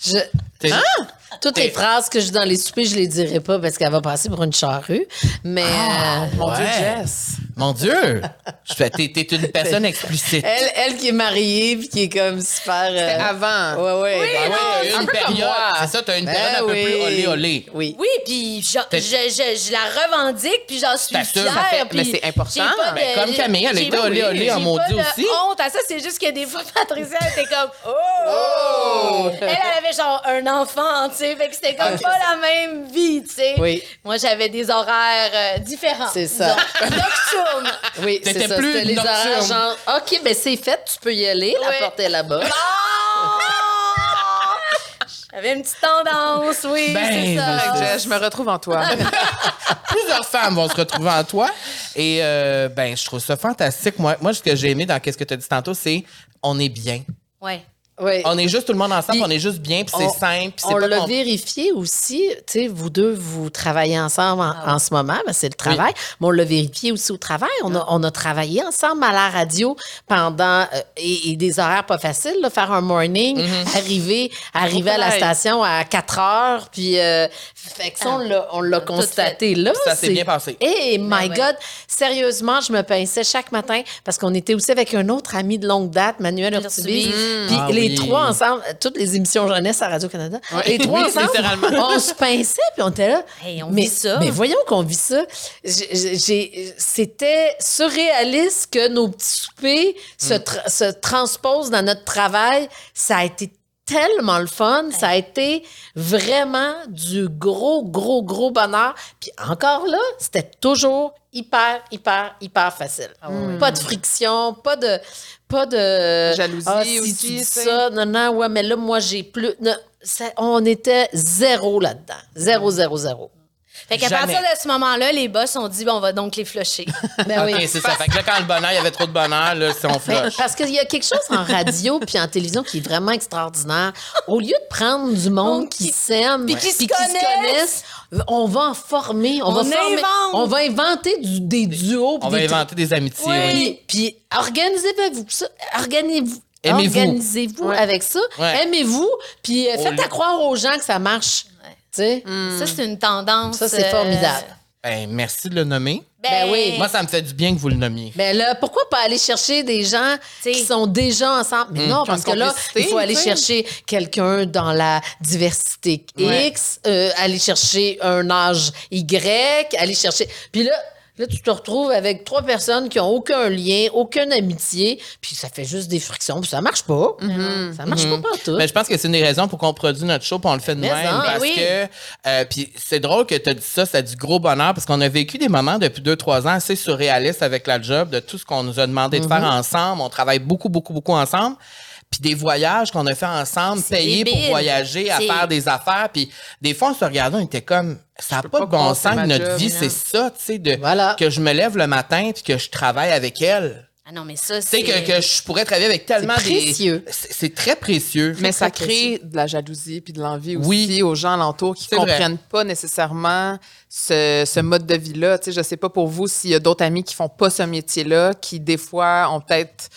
Je-
t'es-
Hein?
Toutes les phrases que je dans les soupers, je les dirai pas parce qu'elle va passer pour une charrue. Mais
Ah.
euh,
Mon Dieu,
Ouais.
Jess.
Mon Dieu! Je fais- T'es t'es une personne explicite.
elle, elle qui est mariée puis qui est comme super. euh,
Avant.
Ouais, ouais.
Ah
ben
ouais,
c'est
t'as
un
une
peu comme
période.
moi.
C'est ça, t'as une
Ben
période un peu
oui.
plus olé olé.
Oui.
Oui, puis je, je,
T'es-
je, je la revendique, puis j'en suis
T'assures,
fière.
ça fait-
mais
puis
c'est important.
j'ai pas de-
Ben, comme Camille, elle
j'ai-
était olé,
oui,
olé
j'ai
en maudit
pas de
aussi.
honte à ça, c'est juste que des fois, Patricia elle était comme « Oh! Elle, elle avait genre un enfant, tu sais, fait que c'était comme pas la même vie, tu sais.
Oui.
Moi, j'avais des horaires euh, différents.
C'est ça.
disons. Nocturnes.
Oui, c'est
T'étais
ça.
plus
C'était les horaires
nocturne.
genre, OK, ben c'est fait, tu peux y aller.
Ouais.
La porte est là-bas.
Ah! J'avais une petite tendance, oui,
Ben,
c'est ça.
mon Dieu.
Je, je me retrouve en toi.
plusieurs femmes vont se retrouver en toi. Et euh, ben, je trouve ça fantastique. Moi, moi ce que j'ai aimé dans quest ce que tu as dit tantôt, c'est on est bien.
Ouais.
Ouais.
On est juste tout le monde ensemble,
Puis
on est juste bien, puis c'est
on-
simple, puis c'est
On
pas
l'a
compl-
vérifié aussi, tu sais, vous deux, vous travaillez ensemble en,
Ah
en ce moment, ben, c'est le travail, mais on l'a vérifié aussi au travail. On
Ah.
a, on a travaillé ensemble à la radio pendant, euh, et, et des horaires pas faciles, là, faire un morning,
Mm-hmm.
arriver, arriver à la
travail.
station à 4 heures, puis, euh, fait que ça, on l'a- on l'a
Tout
constaté là.
Ah. Ça s'est
c'est-
bien passé. Ben
Hey, my
ouais.
God! Sérieusement, je me pinçais chaque matin parce qu'on était aussi avec un autre ami de longue date, Manuel Urtubi.
Urtubi.
Puis
Ah
les
oui.
trois ensemble, euh, toutes les émissions jeunesse à Radio-Canada,
Ouais.
les trois
Oui,
ensemble,
littéralement.
on se pinçait puis on était là.
Hey, on
mais,
vit ça.
Mais voyons qu'on vit ça. J'ai- j'ai- j'ai- C'était surréaliste que nos petits soupers se,
Mm.
tra- se transposent dans notre travail. Ça a été tellement le fun. Ça a été vraiment du gros, gros, gros bonheur. Puis encore là, c'était toujours hyper, hyper, hyper facile.
Ah
Pas de friction, pas de... Pas de
Jalousie
Ah, si
aussi,
tu dis
tu sais.
ça, non, non, ouais, mais là, moi, j'ai plus... non. Ça- on était zéro là-dedans. Zéro, zéro, zéro.
Fait qu'à
Jamais.
partir de ce moment-là, les boss ont dit, bon, on va donc les flusher.
Ben
Ah, OK, c'est ça. Fait que là, quand le bonheur, il y avait trop de bonheur, là, si on
Ben,
flush.
parce qu'il y a quelque chose en radio puis en télévision qui est vraiment extraordinaire. Au lieu de prendre du monde
On-
qui
qui-
s'aime
puis qui se
connaissent, on va en former, on, va
On
former-
invente.
on va inventer du- des duos. puis
On va
des
inventer des amitiés, oui.
Puis, puis organisez-vous ça. Organisez-vous.
Aimez-vous.
Organisez-vous
Ouais.
avec ça.
Ouais.
Aimez-vous. Puis euh,
Au
faites à
lieu-
croire aux gens que ça marche. Tu sais,
Ça, c'est une tendance.
ça, c'est
euh,
formidable.
Ben, merci de le nommer.
Ben
Ben
oui.
oui.
Moi, ça me fait du bien que vous le nommiez.
Mais là, pourquoi pas aller chercher des gens
T'sais.
qui sont déjà ensemble? Mais non,
Mmh, Qui ont
parce
une
que là,
complicité,
il faut aller
t'sais.
chercher quelqu'un dans la diversité X, euh, aller chercher un âge Y, aller chercher. Puis là, là, tu te retrouves avec trois personnes qui ont aucun lien, aucune amitié, puis ça fait juste des frictions, puis ça marche pas.
Mmh.
Ça marche pas partout.
Mais je pense que c'est une des raisons pour qu'on produit notre show puis on le fait de
Mais
même.
non,
parce
mais oui.
que, euh, puis c'est drôle que tu as dit ça, c'est du gros bonheur parce qu'on a vécu des moments depuis deux, trois ans assez surréalistes avec la job, de tout ce qu'on nous a demandé
Mhm.
de faire ensemble. On travaille beaucoup, beaucoup, beaucoup ensemble. Puis des voyages qu'on a fait ensemble,
C'est
payés pour
débile.
voyager, à
C'est-
faire des affaires. Puis des fois, on se regardait, on était comme, ça n'a
peux
pas de
pas
bon
croire que
sens
c'est
que
ma
notre
job,
vie,
hein.
c'est ça, tu sais, de
Voilà.
que je me lève le matin puis que je travaille avec elle.
Ah non, mais ça,
Tu
c'est.
sais, que, que je pourrais travailler avec tellement
C'est précieux.
des... C'est c'est très précieux.
Mais ça
très
crée de la jalousie puis de l'envie aussi
Oui.
aux gens alentours qui
C'est
ne
vrai.
comprennent pas nécessairement ce, ce mode de vie-là. Tu sais, je ne sais pas pour vous s'il y a d'autres amis qui font pas ce métier-là, qui des fois ont peut-être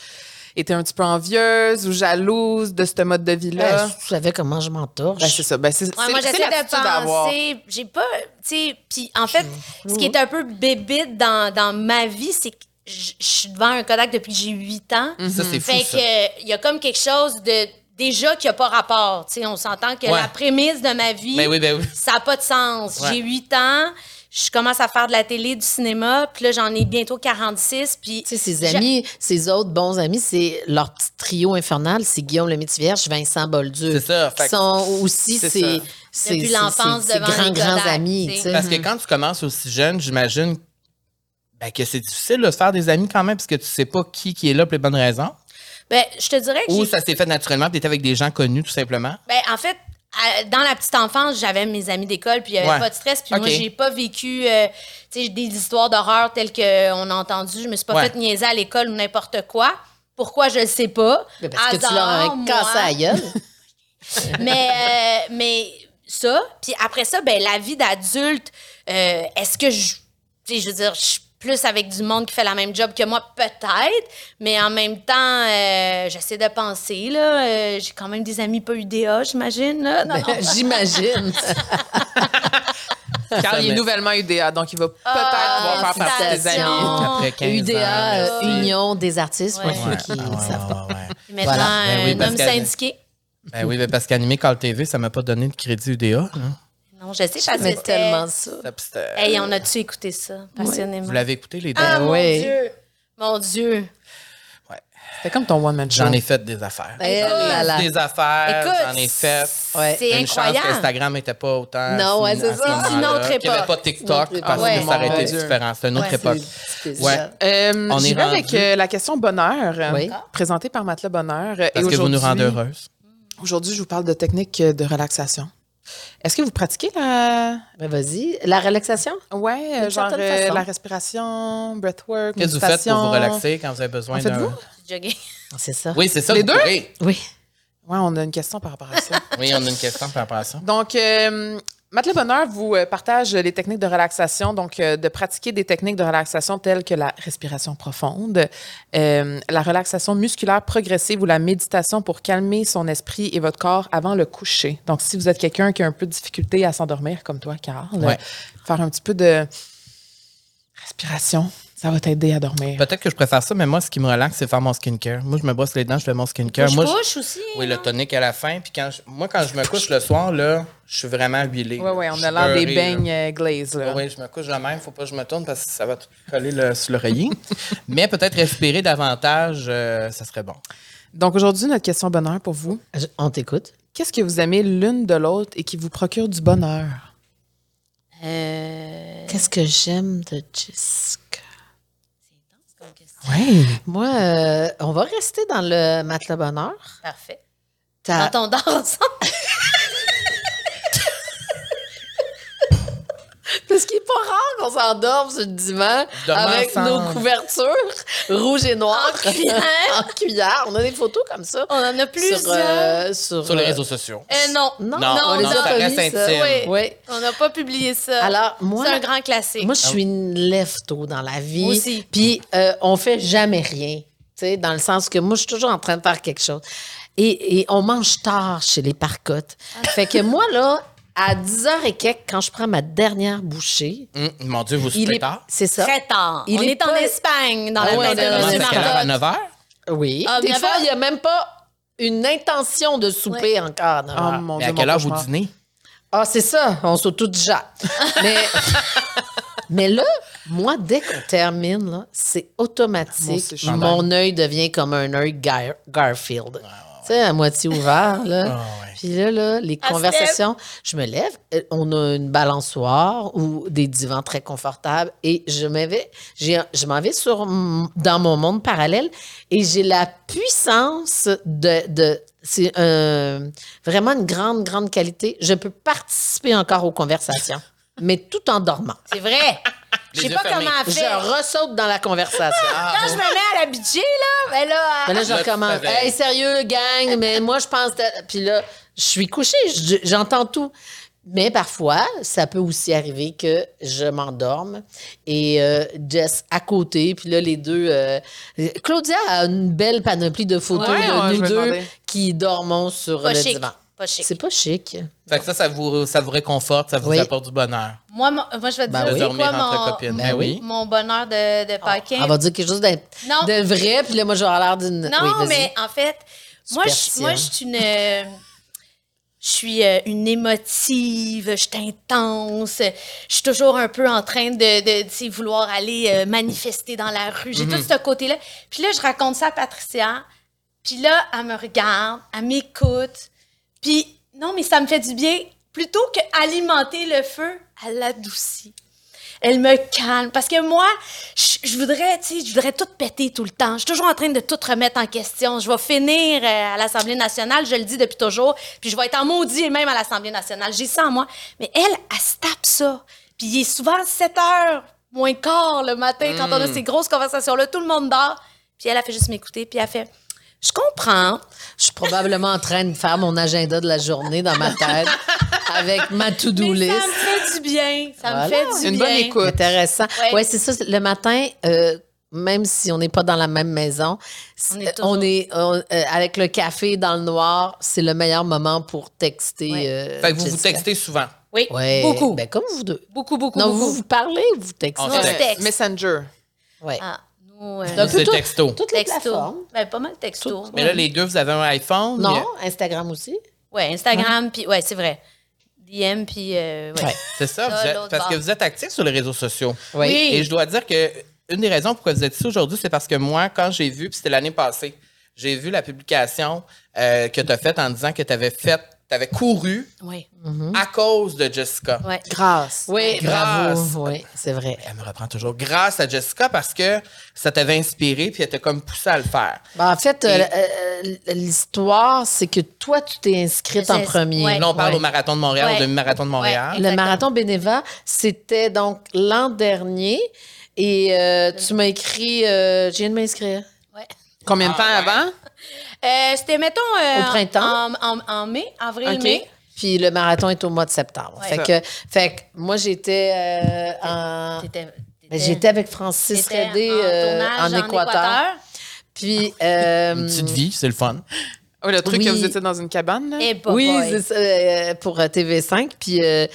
été un petit peu envieuses ou jalouses de ce mode de
Là,
vie-là.
Euh, tu savais comment je m'entorche.
Ben, c'est ça. Ben, c'est
Ouais,
c'est-
moi,
c'est
j'essaie de
l'attitude à avoir.
penser. J'ai pas. Tu sais, puis en fait, ce qui est un peu bébite dans, dans ma vie, c'est que je je suis devant un Kodak depuis que j'ai 8 ans.
Ça, Mm, c'est fou,
Fait
ça.
que il y a comme quelque chose de. Déjà qu'il n'y a pas rapport. Tu sais, on s'entend que
Ouais.
la prémisse de ma vie.
Ben oui, ben oui.
Ça n'a pas de sens.
Ouais.
J'ai 8 ans, je commence à faire de la télé, du cinéma, puis là, j'en ai bientôt 46, puis...
Tu sais, ses
J'a-
amis, ses autres bons amis, c'est leur petit trio infernal, c'est Guillaume Lemaitre-Vierge, Vincent Bolduc.
C'est ça, fait
Qui sont aussi
c'est
ses,
ça.
ses-
Depuis
ses-
l'enfance
ses
devant
grands,
les
grands
Kodak,
amis.
tu sais.
tu sais.
Parce que quand tu commences aussi jeune, j'imagine ben, que c'est difficile de se faire des amis quand même, parce que tu sais pas qui, qui est là pour les bonnes raisons.
Ben, je te dirais que
Ou
j'ai-
ça s'est fait naturellement, puis t'étais avec des gens connus, tout simplement.
Ben, en fait, à- dans la petite enfance, j'avais mes amis d'école, puis il n'y avait
Ouais.
pas de stress. Puis moi,
Ok.
j'ai pas vécu euh, tu sais, des histoires d'horreur telles qu'on a entendues. Je me suis pas
Ouais.
fait niaiser à l'école ou n'importe quoi. Pourquoi, je ne sais pas.
Ben, Parce que tu leur
Hasard,
avais cassé
moi.
la gueule.
mais, euh, mais ça, puis après ça, ben, la vie d'adulte, euh, est-ce que je. tu sais, Je veux dire, je suis plus avec du monde qui fait la même job que moi, peut-être, mais en même temps, euh, j'essaie de penser, là. euh, J'ai quand même des amis pas UDA, j'imagine, là.
Ben,
Non, non.
J'imagine.
Carl, il est
mais-
nouvellement UDA, donc il va peut-être
Ah,
pouvoir faire partie des
félicitations.
amis.
Ah,
Après 15 ans.
UDA, euh,
merci.
Union des artistes, pour
Ouais.
ceux
Ouais,
qui
ah ouais,
ne savent pas.
ouais, ouais.
Puis Maintenant,
Voilà. Ben oui,
un
parce
homme
qu'elle-
syndiqué.
Ben oui, ben parce qu'animer Call TV, ça m'a pas donné de crédit UDA. hein.
Non, je sais pas
Mais tellement ça.
Ça, puis c'était-
Hey, on a-tu écouté ça passionnément?
Vous l'avez écouté, les deux?
Ah, mon
Oui.
Dieu! Mon Dieu!
C'était comme ton one-man show.
J'en ai fait des affaires.
Eh là là.
Des affaires,
Écoute,
Euh, j'en ai fait.
Ouais.
C'est
Une chance
incroyable.
qu'Instagram n'était pas autant.
Non, ouais,
à ce-
c'est
à ce
ça.
moment-là,
C'est une autre
qu'il n'y avait
époque.
pas TikTok
Une autre
parce
époque.
que ça aurait été
Ouais.
différent. C'était une autre
Ouais,
époque. Ouais.
Euh,
On est
J'y vais
rendu.
avec euh, la question bonheur, euh,
Oui.
présentée par Matelas Bonheur. euh,
Parce que vous nous rendez
aujourd'hui-
heureuse.
Aujourd'hui, je vous parle de techniques euh, de relaxation. Est-ce que vous pratiquez la,
Ben, Vas-y. La relaxation?
ouais,
D'une
euh, genre
certaine
euh,
façon.
la respiration, breathwork,
Qu'est-ce que vous faites pour
méditation?
vous relaxer quand vous avez besoin
En faites-vous?
d'un.
Jogging.
Ah, C'est ça.
Oui, c'est ça.
Les
vous
deux?
pourrez.
Oui.
Ouais, on a une question par rapport à ça.
Oui, on a une question par rapport à ça.
Donc, euh, Matt Le Bonheur vous euh, partage les techniques de relaxation, donc euh, de pratiquer des techniques de relaxation telles que la respiration profonde, euh, la relaxation musculaire progressive ou la méditation pour calmer son esprit et votre corps avant le coucher. Donc, si vous êtes quelqu'un qui a un peu de difficulté à s'endormir, comme toi, Carl,
Ouais.
euh, faire un petit peu de respiration, ça va t'aider à dormir.
Peut-être que je préfère ça, mais moi, ce qui me relaxe, c'est faire mon skincare. Moi, je me brosse les dents, je fais mon skincare.
Je
Euh, Moi, je-
couche aussi.
Oui, le
hein.
tonique à la fin. Puis quand je- moi, quand je me couche le soir, là, je suis vraiment huilé.
Oui, oui, on
Je
a
suis
l'air des
beurré,
beignes
là.
euh, glazes. là.
Ah Oui, je me couche de même. Faut pas que je me tourne parce que ça va tout coller le- sur l'oreiller. Mais peut-être respirer davantage, euh, ça serait bon.
Donc, aujourd'hui, notre question bonheur pour vous.
Je- on t'écoute.
Qu'est-ce que vous aimez l'une de l'autre et qui vous procure du bonheur?
Euh,
Qu'est-ce que j'aime de Jessica?
c'est dense comme question.
Oui.
Moi, euh, on va rester dans le matelas bonheur.
Parfait.
Ta-
Quand on dort ensemble,
Parce qu'il est pas rare qu'on s'endorme sur le divan
Dormons
avec
ensemble.
nos couvertures rouges et noires.
En cuillère.
En cuillère. On a des photos comme ça.
on en a plusieurs.
Sur, euh, sur,
Sur les
euh,
réseaux sociaux.
Euh, non.
Non,
Non,
on les
non,
a
ça
pas
reste
mis, ça.
intime.
Oui. oui.
On n'a pas publié ça.
Alors, moi,
c'est un grand classique.
moi, je suis une lève-tôt dans la vie.
Aussi.
Puis, euh, on fait jamais rien. Tu sais, dans le sens que moi, je suis toujours en train de faire quelque chose. Et, et on mange tard chez les parcottes.
Ah.
Fait que moi, là, à 10h et quelques, quand je prends ma dernière bouchée,
Hum, mon Dieu, vous
il
soupez
est.
tard?
C'est ça.
Très tard.
Il
on
est
est, en
pas-
Espagne, dans
Ah
la maison de
ouais, on est dans
Comment,
Monsieur
c'est à quelle heure? À
Marcotte.
9 h?
Oui.
Ah,
des
neuf
fois,
heures.
il n'y a même pas une intention de souper encore. neuf
Oh
heures.
mon
Mais
Dieu.
à
mon
quelle heure vous
cauchemar.
dînez?
Ah, c'est ça, on s'auto déjà. mais, mais là, moi, dès qu'on termine, là, c'est
Moi aussi,
automatique.
je suis
Mon œil devient comme un œil Gar- Garfield. Tu sais, à moitié ouvert, là.
Ah ouais.
Puis là, là, les
se
conversations, je me lève, euh, on a une balançoire ou des divans très confortables et je m'en vais, j'ai un- je m'en vais sur, m- dans mon monde parallèle et j'ai la puissance de, de c'est euh, vraiment une grande, grande qualité. Je peux participer encore aux conversations, mais tout en dormant.
C'est vrai.
Les
Je sais
yeux
pas
fermés.
comment elle
Je
fait.
ressaute dans la conversation.
Quand je me mets à la budget, là, ben là,
Mais là, je
Là, tu
recommence.
t'éveilles.
Hey, sérieux, gang, mais moi, je pense. que- Puis là, je suis couchée, je- j'entends tout. Mais parfois, ça peut aussi arriver que je m'endorme et euh, Jess à côté. Puis là, les deux. euh, Claudia a une belle panoplie de photos
Ouais, ouais, je
de nous
me
deux
demandais.
qui dormons sur
pas
le
chic.
divan.
Pas chic.
C'est pas chic.
Fait que ça, ça vous, ça vous réconforte, ça vous
Oui.
apporte du bonheur.
Moi, mon- moi, je vais te
Ben
dire,
Bah oui.
c'est
Dormir
quoi
entre
mon,
copines.
Ben
Ben
oui.
oui.
mon bonheur de, de parking?
On va dire quelque chose d'in-
Non.
Ah. de vrai. Puis là, moi, je vais avoir l'air d'une.
Non,
Oui, vas-y.
mais en fait, moi, je,
Superstition.
moi, je suis une. euh, Je suis euh, une émotive, je suis intense, je suis toujours un peu en train de, de, tu sais, vouloir aller euh, manifester dans la rue. J'ai
Mm-hmm.
tout ce côté-là. Puis là, je raconte ça à Patricia. Puis là, elle me regarde, elle m'écoute. Puis non, mais ça me fait du bien. Plutôt qu'alimenter le feu, elle l'adoucit. Elle me calme. Parce que moi, je, je voudrais, tu sais, je voudrais tout péter tout le temps. Je suis toujours en train de tout remettre en question. Je vais finir euh, à l'Assemblée nationale, je le dis depuis toujours. Puis je vais être en maudit même à l'Assemblée nationale. J'ai ça en moi. Mais elle, elle se tape ça. Puis il est souvent 7 heures moins quart le matin quand on a ces grosses conversations-là. Tout le monde dort. Puis elle, a fait juste m'écouter. Puis elle fait, je comprends.
Je suis probablement en train de faire mon agenda de la journée dans ma tête avec ma to-do
Mais
list.
ça me fait du bien. Ça
Voilà.
me fait du
Une
bien.
bonne écoute.
Intéressant.
Ouais.
Ouais, c'est ça. c'est- Le matin, euh, même si on n'est pas dans la même maison,
On
c'est-
est toujours-
on est, on- euh, avec le café dans le noir, c'est le meilleur moment pour texter.
Ouais.
euh,
Fait que vous vous
Jessica.
textez souvent.
Oui,
Ouais.
beaucoup.
Ben, comme vous deux.
beaucoup, beaucoup,
non,
beaucoup.
vous vous parlez, ou vous textez.
On
Ouais,
se
texte.
Messenger.
Ouais.
Ah, nous, euh,
Donc,
C'est
plutôt-
texto.
Toutes les plateformes.
texto. Ben, pas mal texto.
Tout-
Mais là, les deux, vous avez un iPhone.
Non,
mais-
Instagram aussi.
Ouais, Instagram, puis ouais, c'est vrai. DM, puis euh, ouais.
Ouais.
C'est ça,
Ça,
vous êtes-
l'autre
parce que
bord.
vous êtes actif sur les réseaux sociaux.
Ouais.
Oui.
Et je dois dire que une des raisons pourquoi vous êtes ici aujourd'hui, c'est parce que moi, quand j'ai vu, puis c'était l'année passée, j'ai vu la publication euh, que tu as faite en disant que tu avais fait, tu avais couru
Ouais,
à cause de Jessica.
ouais.
Grâce.
Oui,
Grâce.
bravo. Oui, c'est vrai.
Elle me reprend toujours grâce à Jessica parce que ça t'avait inspiré puis elle t'a comme poussé à le faire.
Bah,
Ben, en fait, euh, euh, l'histoire, c'est que toi, tu t'es inscrite en
C'est-
premier.
ouais.
Là, on parle
Ouais.
au marathon de Montréal,
Ouais.
au demi-marathon de Montréal.
Le
Exactement.
marathon Bénéva, c'était donc l'an dernier. Et euh, tu m'as écrit, euh, je viens de m'inscrire.
ouais.
Combien de
Ah,
temps
ouais.
avant?
Euh, C'était, mettons, euh,
Au printemps?
En, en- en mai,
OK.
avril-mai.
Puis le marathon est au mois de septembre.
Ouais.
Fait, que, fait que moi, j'étais euh, en. ben, J'étais avec Francis Redé euh, en, Équateur. Puis. euh,
Une petite vie, c'est le fun.
Oh, le truc
Oui. Eh,
que vous étiez dans une cabane, là.
Et
oui, c'est ça, euh, pour euh, TV5. Puis euh,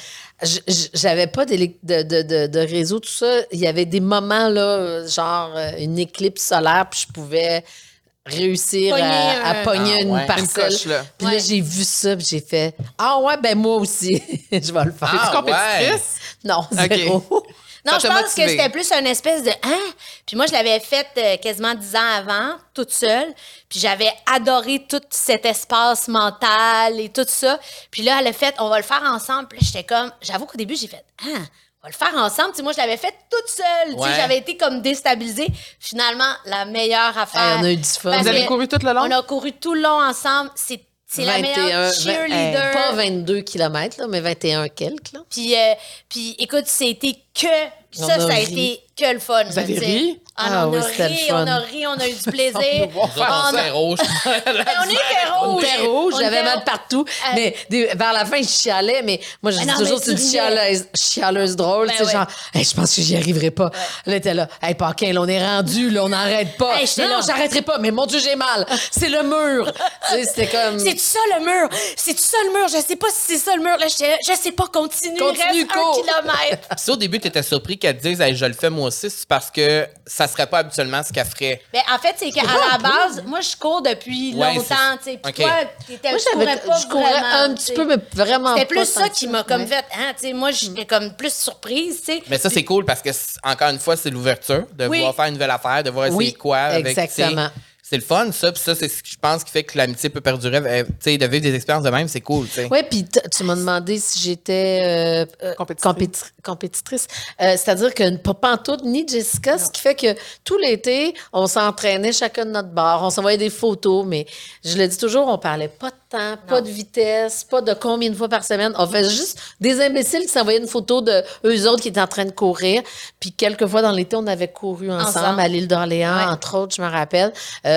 j- j- j'avais pas d'élec- de, de, de- de réseau, tout ça. Il y avait des moments, là, euh, genre euh, une éclipse solaire, puis je pouvais réussir
Pogner
à, à
un-
pogner
Ah
une
ouais. Une
une
parcelle.
coche, là.
Puis là,
Ouais.
j'ai vu ça, puis j'ai fait Ah ouais, ben moi aussi, je vais le faire.
Ah,
T'es-tu compétitrice?
Non, zéro.
Non,
Ça
je
t'a
pense
motivé.
que c'était plus une espèce de hein. Puis moi, je l'avais faite euh, quasiment dix ans avant, toute seule. Puis j'avais adoré tout cet espace mental et tout ça. Puis là, elle a fait, on va le faire ensemble. Puis là, j'étais comme, j'avoue qu'au début, j'ai fait, hein, on va le faire ensemble. Tu sais, moi, je l'avais faite toute seule. Tu sais,
Ouais.
j'avais été comme déstabilisée. Finalement, la meilleure affaire.
Hey, on a eu du fun.
Parce
Vous avez
que
couru tout le long?
On a couru tout le long ensemble. C'est c'est la
21,
meilleure cheerleader.
vingt- pas 22 km, là, mais 21 quelques. Là.
Puis, euh, puis écoute, c'était que
On
ça,
a
ça a
ri.
été que le fun. Vous
avez ri?
Ah
on
oui,
a
c'était le
ri,
fun.
on a ri, on a eu du plaisir.
On est rouge.
Mais on était
On
rouge.
était rouge,
On
j'avais
était-
mal partout. mais des- vers la fin, je chialais, mais moi, je
Mais
dis
non,
toujours,
mais
c'est une
tu riais.
chialeuse, chialeuse drôle.
Ben
tu sais,
ouais.
genre, Hey, je pense que j'y arriverai pas. Là, t'es là, hey, Paquin, là, on est rendu, là, on n'arrête pas.
Hey, j'étais
non,
là.
non, j'arrêterai pas, mais mon Dieu, j'ai mal. C'est le mur. Tu sais, c'était comme.
C'est-tu ça le mur? C'est-tu ça le mur? Je sais pas si c'est ça le mur. Là, j'étais là, je sais pas, continue,
Continue,
reste
cours.
un kilomètre.
Si au début, tu étais surpris qu'elle te dise Hey, je le fais moi aussi, c'est parce que ça serait pas habituellement ce qu'elle ferait.
Mais en fait, c'est qu'à la base, moi, je cours depuis
Ouais,
longtemps. tu sais. Puis
Ok.
toi, t'étais-
Moi,
tu
j'avais-
courais pas
je courais un
vraiment,
petit
tu sais.
peu, mais vraiment
C'était
pas
plus ça
tant que
qui m'a comme
Ouais.
fait, hein, tu sais, moi, j'étais comme plus surprise, tu sais.
Mais ça, c'est cool parce que, c- encore une fois, c'est l'ouverture de
Oui.
vouloir faire une nouvelle affaire, de voir essayer
Oui,
de quoi. avec,
exactement.
tu sais, C'est le fun, ça. Puis ça, c'est ce que je pense qui fait que l'amitié peut perdurer. Euh, Tu sais, de vivre des expériences de même, c'est cool, tu sais.
Oui, puis t- tu m'as demandé si j'étais euh, euh,
Compétitrice.
compéti- compétitrice. Euh, C'est-à-dire que pas pantoute ni Jessica, ce qui fait que tout l'été, on s'entraînait chacun de notre bar, on s'envoyait des photos, mais je le dis toujours, on parlait pas de temps, pas de vitesse, pas de combien de fois par semaine. On faisait juste des imbéciles qui s'envoyaient une photo de eux autres qui étaient en train de courir. Puis quelques fois dans l'été, on avait couru ensemble,
Ensemble.
à l'île d'Orléans,
Ouais.
entre autres, je me rappelle. Euh,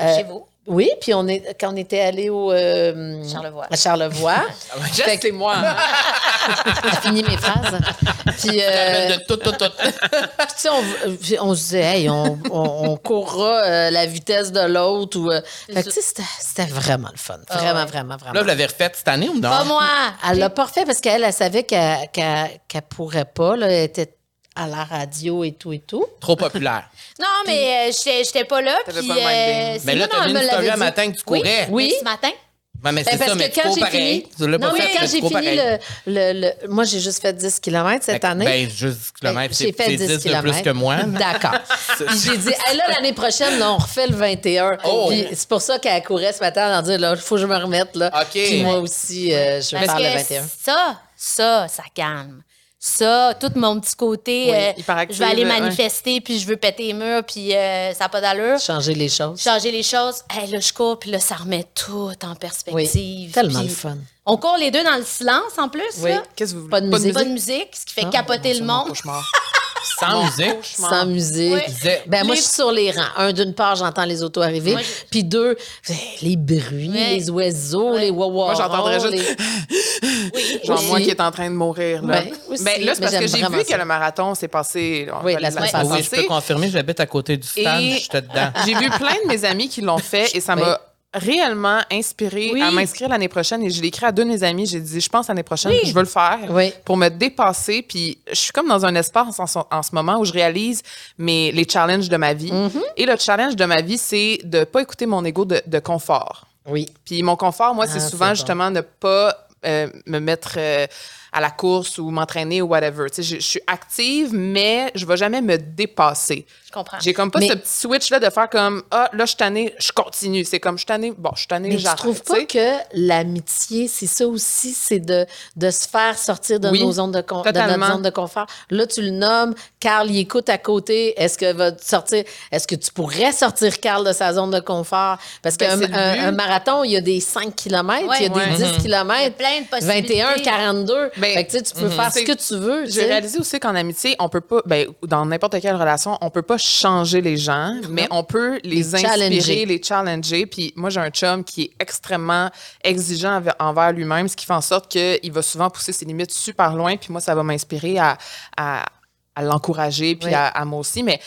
euh,
Chez vous,
oui, puis on est, quand on était allé au, euh,
Charlevoix.
à Charlevoix,
Jess, c'est moi.
j'ai fini mes phrases. Puis, euh,
De tout, tout, tout.
puis tu sais, on, puis on se disait, hey, on, on, on courra euh, la vitesse de l'autre. Ou, euh, fait que, tu sais, c'était c'était vraiment le fun. Vraiment,
ouais.
vraiment,
Là,
vraiment.
vous l'avez refaite cette année ou non?
Pas moi.
Elle l'a pas refait parce qu'elle, elle savait qu'elle qu'elle- qu'elle pourrait pas. Là. Elle était à la radio et tout et tout.
Trop populaire.
Non, mais euh, j'étais j'étais pas là.
T'avais
puis,
pas le même
euh,
ding.
c'est-
Mais là,
non, non,
t'as
elle
vu
me
une story
l'avait
un
dit.
matin que tu
Oui,
courais.
Oui.
Ce matin.
Ouais, mais
Ben,
c'est
parce
ça, mais
que
tu
quand
cours
j'ai
pareil.
fini-
Tu l'as
Non,
pas
mais
fait,
quand
mais tu
j'ai
cours
fini
pareil.
le, le- le- Moi, j'ai juste fait 10 km cette année.
Ben, juste 10 km,
J'ai
c'est
fait
c'est
10
10 de plus
kilomètres.
que moi.
D'accord. Puis j'ai dit, Hey, là, l'année prochaine, là, on refait le 21.
Oh!
Puis c'est pour ça qu'elle courait ce matin en disant, là, il faut que je me remette, là.
OK.
Puis moi aussi, euh, je vais
Parce
faire le
que
21.
ça, ça, ça calme. Ça, tout mon petit côté,
Oui,
euh,
hyperactive,
je vais aller
euh, ouais.
manifester, puis je veux péter les murs, puis euh, ça n'a pas d'allure.
Changer les choses.
Changer les choses. Hey, là, je cours, puis là, ça remet tout en perspective.
Oui, tellement
Puis
le fun.
On court les deux dans le silence, en plus.
Oui.
là.
Qu'est-ce que vous voulez?
Pas de musique.
Pas de musique, ce qui fait
Ah,
capoter
mon
le
Dieu, mon
monde.
Cauchemar. Hein?
Sans musique,
Sans musique.
Oui.
je disais,
Ben, moi,
Les-
je suis sur les rangs. Un, d'une part, j'entends les autos arriver.
Moi, je-
Puis deux, ben, les bruits,
Ouais.
les oiseaux,
Ouais.
les wawa.
Moi, j'entendrais juste- Genre
Aussi.
moi qui est en train de mourir. Là.
Ben, aussi.
Ben, là, c'est parce
Mais
que
j'aime
j'ai
vraiment
vu que
ça.
le marathon s'est passé. on
Oui,
va
la
le
semaine
Ah
dire.
oui,
passée.
je peux confirmer, j'habite à côté du stand,
Et-
j'étais dedans.
J'ai vu plein de mes amis qui l'ont fait et ça
Oui.
m'a réellement inspiré
Oui.
à m'inscrire l'année prochaine. Et je l'ai écrit à deux de mes amis. J'ai dit, je pense l'année prochaine, je veux le faire
Oui.
pour me dépasser. Puis je suis comme dans un espace en, so- en ce moment où je réalise mes, les challenges de ma vie.
Mhm.
Et le challenge de ma vie, c'est de pas écouter mon ego de, de confort.
Oui.
Puis mon confort, moi,
Ah,
c'est
c'est
souvent
bon.
justement ne pas euh, me mettre euh, à la course ou m'entraîner ou whatever. Tu sais, je, je suis active, mais je vais jamais me dépasser.
Je comprends.
J'ai comme pas
Ah. Mais-
ce petit switch là de faire comme ah là je suis tannée, je continue. C'est comme je suis tannée, bon je suis tannée,
Mais je
j'arrête.
trouve
tu
pas
sais.
que l'amitié, c'est ça aussi, c'est de, de se faire sortir de
Oui,
nos zones de, con- de notre
totalement.
zone de confort. Là, tu le nommes, Carl, il écoute à côté. Est-ce que va sortir Est-ce que tu pourrais sortir Carl de sa zone de confort Parce
Ben,
qu'un
c'est le
un-
but.
un marathon, il y a des 5 km, il y a
Ouais.
des
Ouais. Mm-hmm.
10 km,
plein de possibilités.
21, 42.
Ben,
Fait que, tu sais, tu peux faire ce
C'est-
que tu veux. tu
J'ai
sais.
réalisé aussi qu'en amitié, on peut pas, ben, dans n'importe quelle relation, on peut pas changer les gens, mais on peut les,
Les
inspirer,
challenger.
les challenger. Puis moi, j'ai un chum qui est extrêmement exigeant enve- envers lui-même, ce qui fait en sorte qu'il va souvent pousser ses limites super loin. Puis moi, ça va m'inspirer à, à, à l'encourager, puis
Oui.
à, à moi aussi. Mais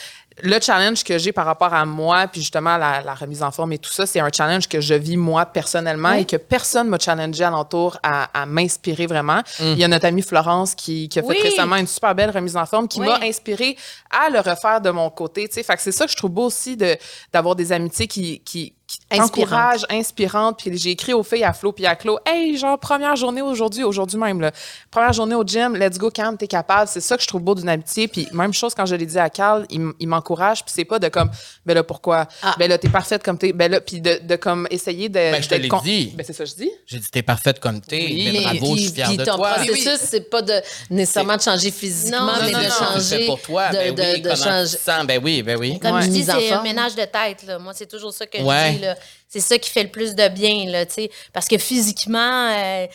le challenge que j'ai par rapport à moi, puis justement la, la remise en forme et tout ça, c'est un challenge que je vis moi personnellement
Oui.
et que personne m'a challengé alentour à, à m'inspirer vraiment.
Hum.
Il y a notre amie Florence qui, qui a fait
Oui.
récemment une super belle remise en forme qui
Oui.
m'a inspirée à le refaire de mon côté. tu sais. Fait que c'est ça que je trouve beau aussi de, d'avoir des amitiés qui, qui, qui
Inspirantes.
t'encouragent, inspirantes. Puis j'ai écrit aux filles, à Flo puis à Clo, « Hey, genre, première journée aujourd'hui, aujourd'hui même, là. première journée au gym, let's go, calme, t'es capable. » C'est ça que je trouve beau d'une amitié. Puis même chose quand je l'ai dit à Carl, il, m- il m'encourage. Puis c'est pas de comme, « Ben là, pourquoi?
Ah.
Ben là, t'es parfaite comme t'es. » Ben là, puis de, de comme essayer de...
Ben, je te
de
l'ai
con-
dit.
Ben c'est ça que je dis.
J'ai dit, t'es parfaite comme t'es.
Oui,
mais
Mais-
bravo, je suis fière
puis
de
ton
toi.
processus, c'est pas de nécessairement de changer physiquement,
Non,
mais
non,
de
non,
c'est
changer.
fait pour toi.
de,
ben
de-
oui,
de
comment tu
changer.
te sens? Ben oui, ben oui.
Comme
Ouais.
je dis,
Mise en
c'est un
forme.
ménage de tête. Là. Moi, c'est toujours ça que
Ouais.
je dis. là. C'est ça qui fait le plus de bien. Là, tu sais. parce que physiquement, euh,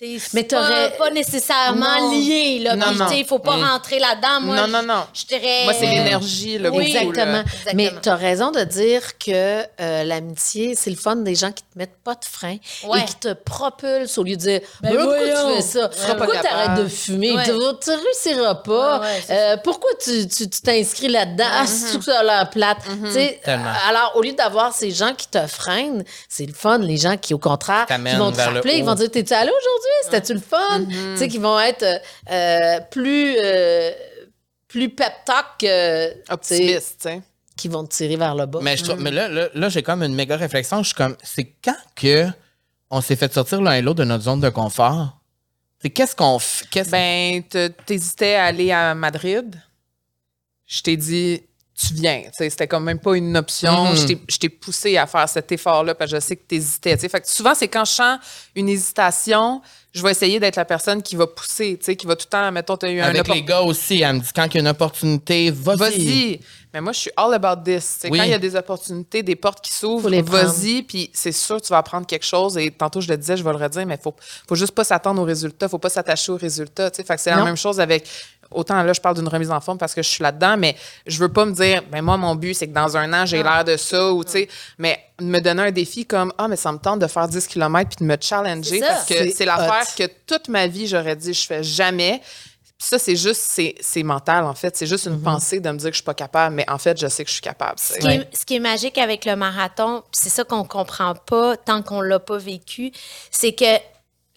tu sais,
Mais
c'est pas,
t'aurais-
pas nécessairement
Non.
lié. Là,
Non,
Puis,
non. Mm.
tu sais, il faut pas rentrer là-dedans. Moi,
non,
je-
non, non.
Je dirais.
Moi, c'est
euh,
l'énergie, le
Oui.
goût, là.
Exactement.
Exactement.
Mais tu as raison de dire que euh, l'amitié, c'est le fun des gens qui te mettent pas de frein
Ouais.
et qui te propulsent au lieu de dire
Ben
Ben, pourquoi
voyons,
tu fais ça?
seras pas
pourquoi tu
capable.
arrêtes de fumer?
Ouais.
Tu Tu réussiras pas.
Ouais, ouais, c'est Mm-hmm.
Euh, pourquoi tu tu- tu t'inscris là-dedans? Ah, c'est tout à l'air plate. Tu sais,
Tellement.
euh, Alors, au lieu d'avoir ces gens qui te freinent, c'est le fun. Les gens qui, au contraire, qui
T'amènent
vont te
vers le
rappeler, ils
haut.
vont dire T'es-tu allé aujourd'hui? C'était-tu le fun?
Mm-hmm.
Mm. Hmm.
Tu sais, qui vont être euh, euh, plus. euh, plus pep talk que tu sais,
Optimiste, tu sais.
qui vont te tirer vers le bas.
Mais, je trouve- mais là, là, là, j'ai comme une méga réflexion. Je suis comme, c'est quand que on s'est fait sortir l'un et l'autre de notre zone de confort? C'est qu'est-ce qu'on fait? Qu'est-ce
Ben, te- t'hésitais à aller à Madrid. Je t'ai dit, tu viens. Tu sais, C'était comme même pas une option.
Mhm.
Je t'ai- Je t'ai poussé à faire cet effort-là parce que je sais que t'hésitais. tu sais. Fait que souvent, c'est quand je sens une hésitation, je vais essayer d'être la personne qui va pousser, tu sais, qui va tout le temps, mettons, t'as eu un
Avec les gars aussi, elle me dit quand il y a une opportunité, vas-y.
Vas-y. Mais moi, je suis all about this. C'est
Oui.
Quand il y a des opportunités, des portes qui s'ouvrent,
Faut les prendre.
vas-y, puis c'est sûr tu vas apprendre quelque chose. Et tantôt, je le disais, je vais le redire, mais faut, faut juste pas s'attendre aux résultats, faut pas s'attacher aux résultats. tu sais. Fait que c'est la
Non.
même chose avec. Autant là, je parle d'une remise en forme parce que je suis là-dedans, mais je veux pas me dire, ben moi, mon but, c'est que dans un an, j'ai l'air de ça, ou tu sais, mais me donner un défi comme, ah, mais ça me tente de faire 10 km puis de me challenger
C'est ça.
parce que
C'est
c'est l'affaire
hot.
que toute ma vie, j'aurais dit, je fais jamais. Puis ça, c'est juste, c'est, c'est mental, en fait. C'est juste
Mhm.
une pensée de me dire que je suis pas capable, mais en fait, je sais que je suis capable. tu sais.
Ce qui, est, ce qui est magique avec le marathon, puis c'est ça qu'on comprend pas tant qu'on l'a pas vécu, c'est que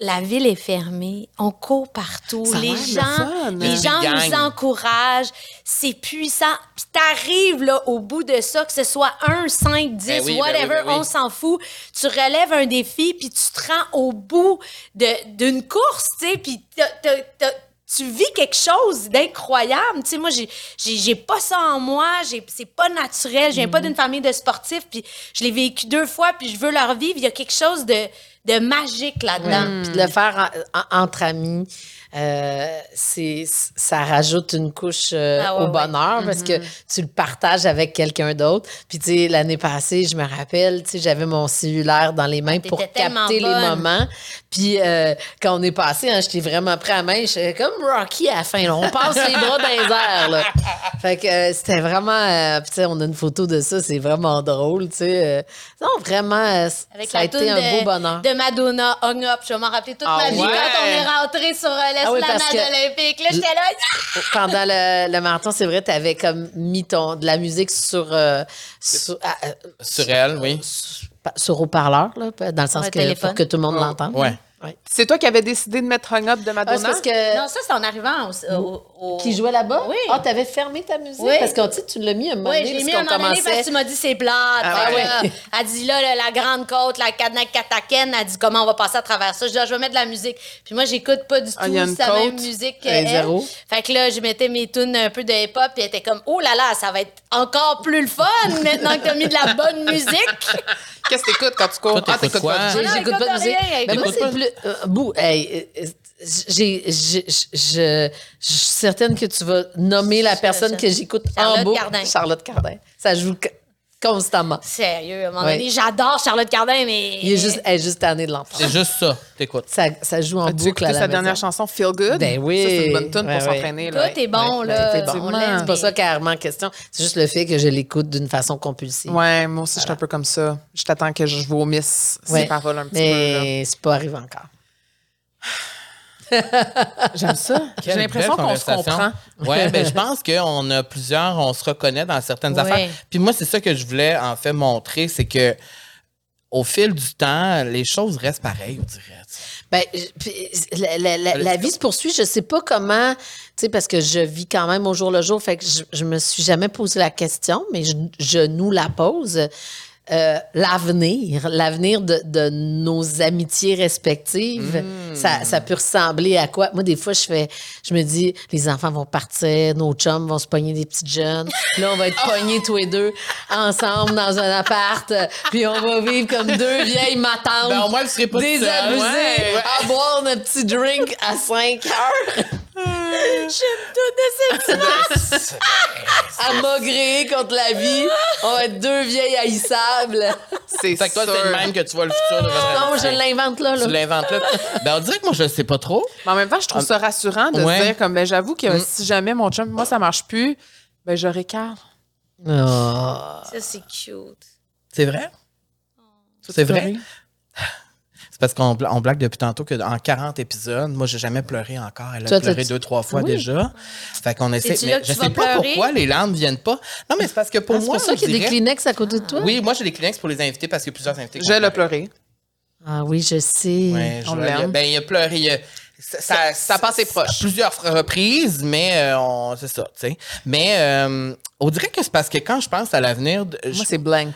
la ville est fermée, on court partout,
Ça a
les
l'air le
gens,
fun. hein.
les gens
Gang.
nous encouragent, c'est puissant. Puis t'arrives là au bout de ça, que ce soit 1, 5, 10,
Ben oui, ben
whatever,
oui, ben oui.
on s'en fout. Tu relèves un défi, puis tu te rends au bout de- d'une course, tu sais, puis t'as- t'as- t'as- tu vis quelque chose d'incroyable. Tu sais, moi, j'ai- j'ai j'ai pas ça en moi, j'ai- c'est pas naturel, je viens
Mhm.
pas d'une famille de sportifs, puis je l'ai vécu deux fois, puis je veux leur vivre. Il y a quelque chose de, de magique là-dedans.
Puis de le faire en- en- entre amis, euh, c'est, ça rajoute une couche euh,
Ah ouais, Mm-hmm.
au
ouais.
bonheur parce que tu le partages avec quelqu'un d'autre. Puis, tu sais, l'année passée, je me rappelle, tu sais, j'avais mon cellulaire dans les mains
Ah, T'étais
pour
tellement
capter les
bonne.
moments. Puis, euh, quand on est passé, hein, j'étais vraiment prêt à main. J'étais comme Rocky à la fin. là. On passe les bras dans les airs. là. Fait que euh, c'était vraiment. euh, puis, tu sais, on a une photo de ça. C'est vraiment drôle, tu sais. euh. non, vraiment, euh,
Avec
ça a
la
été
toune
un
de,
beau bonheur.
de Madonna, Hung Up. Je vais m'en rappeler toute
Ah
ma vie
ouais?
quand on est rentré sur euh,
Ah oui,
l'esplanade
parce que-
olympique. Là, j'étais là.
pendant le, le marathon, c'est vrai, tu avais comme mis ton, de la musique sur, euh, sur, ah, euh,
Sur elle, oui.
sur- sur haut-parleur, là, dans le sens
Ouais,
que
téléphone.
pour que tout le monde
Ouais.
l'entende.
Ah, Ouais.
C'est toi qui avais décidé de mettre un up de
Ah, c'est
Madonna?
parce que
Non, ça, c'est en arrivant au. au- au-
qui jouait là-bas.
Oui.
Ah, t'avais fermé ta musique
Oui.
parce qu'on dit tu l'as mis un moment
Oui,
donné,
je l'ai mis
parce
à un moment
qu'on
donné parce que
commençait-
tu m'as dit c'est plate.
Ah
Fait
ouais.
que là, Elle dit là, là, la grande côte, la Canac Cataken, elle dit comment on va passer à travers ça. Je dis ah, je vais mettre de la musique. Puis moi, j'écoute pas du tout
Ah, il y a une
sa même
côte.
musique que
Un
elle.
euh, zéro.
Fait que là, je mettais mes tunes un peu de hip-hop, puis elle était comme oh là là, ça va être encore plus le fun maintenant que t'as mis de la bonne musique.
Qu'est-ce que t'écoutes quand tu cours?
Toi, t'écoutes quoi?
pas de
J'ai-
musique.
non,
J'écoute
écoute
pas de musique.
rien,
Mais moi,
écoute
c'est
pas.
plus. euh, bou, hey, euh, j'ai- j'ai- je- je je suis certaine que tu vas nommer la
Je-
personne
je-
que j'écoute en
Charlotte
boucle.
Cardin.
Charlotte Cardin. Ça joue. que- Constamment.
Sérieux, à un moment
Ouais.
donné, j'adore Charlotte Cardin, mais.
Il est juste, elle est juste tannée de l'enfant.
C'est juste ça, t'écoutes.
Ça, ça joue en
As-tu
boucle
écouté
à la
Ah, sa
maison.
dernière chanson, Feel Good?
Ben oui.
Ça, c'est une bonne tune
Ouais,
pour s'entraîner.
Tout
là.
est bon,
Ouais,
là.
c'est bon,
on
là.
l'aime,
C'est pas ça
mais-
carrément question. C'est juste le fait que je l'écoute d'une façon compulsive.
Ouais, moi aussi, je suis un peu comme ça. Je t'attends que je vomisse
Ouais.
ces paroles un petit
Mais c'est pas arrivé encore.
peu. là. J'aime ça. J'ai
Quelle
l'impression
belle
qu'on se comprend.
conversation. Ouais, ben, je pense qu'on a plusieurs, on se reconnaît dans certaines
Ouais.
affaires. Puis moi, c'est ça que je voulais en fait montrer, c'est que au fil du temps, les choses restent pareilles, on dirait. tu sais.
Ben, je- puis, la, la- la- la vie se poursuit. Je sais pas comment, tu sais, parce que je vis quand même au jour le jour. Fait que je, je me suis jamais posé la question, mais je, je nous la pose. Euh, l'avenir, l'avenir de, de nos amitiés respectives, ça, ça peut ressembler à quoi? Moi, des fois, je fais, je me dis, les enfants vont partir, nos chums vont se pogner des petites jeunes. Là, on va être pognés tous les deux ensemble dans un appart, euh, puis on va vivre comme deux vieilles matantes
Ben, au moins, vous serez pas
désabusé,
seul. Ouais, ouais.
à boire notre petit drink à 5 heures,
J'aime tout de
à maugréer contre la vie. On va être deux vieilles haïssables.
C'est
Fait que toi,
sûr.
c'est le même que tu vois le futur de votre
Non, je
amitié.
l'invente là. là.
Ah, Tu l'inventes là. Ben, on dirait que moi, je ne sais pas trop.
Mais en même temps, je
Ah.
trouve ça rassurant de
Ouais. Mm.
se dire, comme, ben, j'avoue que si jamais mon chum, moi, ça marche plus, ben, j'aurai Carl.
Oh.
Ça, c'est cute.
C'est vrai? C'est vrai? C'est parce qu'on bla- on blague depuis tantôt que en 40 épisodes, moi, j'ai jamais pleuré encore. Elle a
Toi, t'as-
pleuré deux, trois fois
Oui.
déjà. Fait qu'on essaie.
C'est-tu là
Mais
que
je
tu
sais
vas
pas
pleurer?
pourquoi les larmes viennent pas. Non, mais c'est parce que pour
Ah, c'est
moi.
pour ça
on
qu'il y a
dirait-
des Kleenex à côté de toi?
Oui, moi, j'ai des Kleenex pour les invités parce qu'il y a plusieurs invités. qui
Je
ont
l'ai pleuré.
Ah oui, je sais.
Ouais,
On
Joël, il a-
l'aime.
ben, il a pleuré. il a- ça, ça,
Ça passe ses proches.
à Plusieurs reprises, mais euh, on- c'est ça, tu sais. Mais euh, on dirait que c'est parce que quand je pense à l'avenir, de- je-
Moi, c'est blank.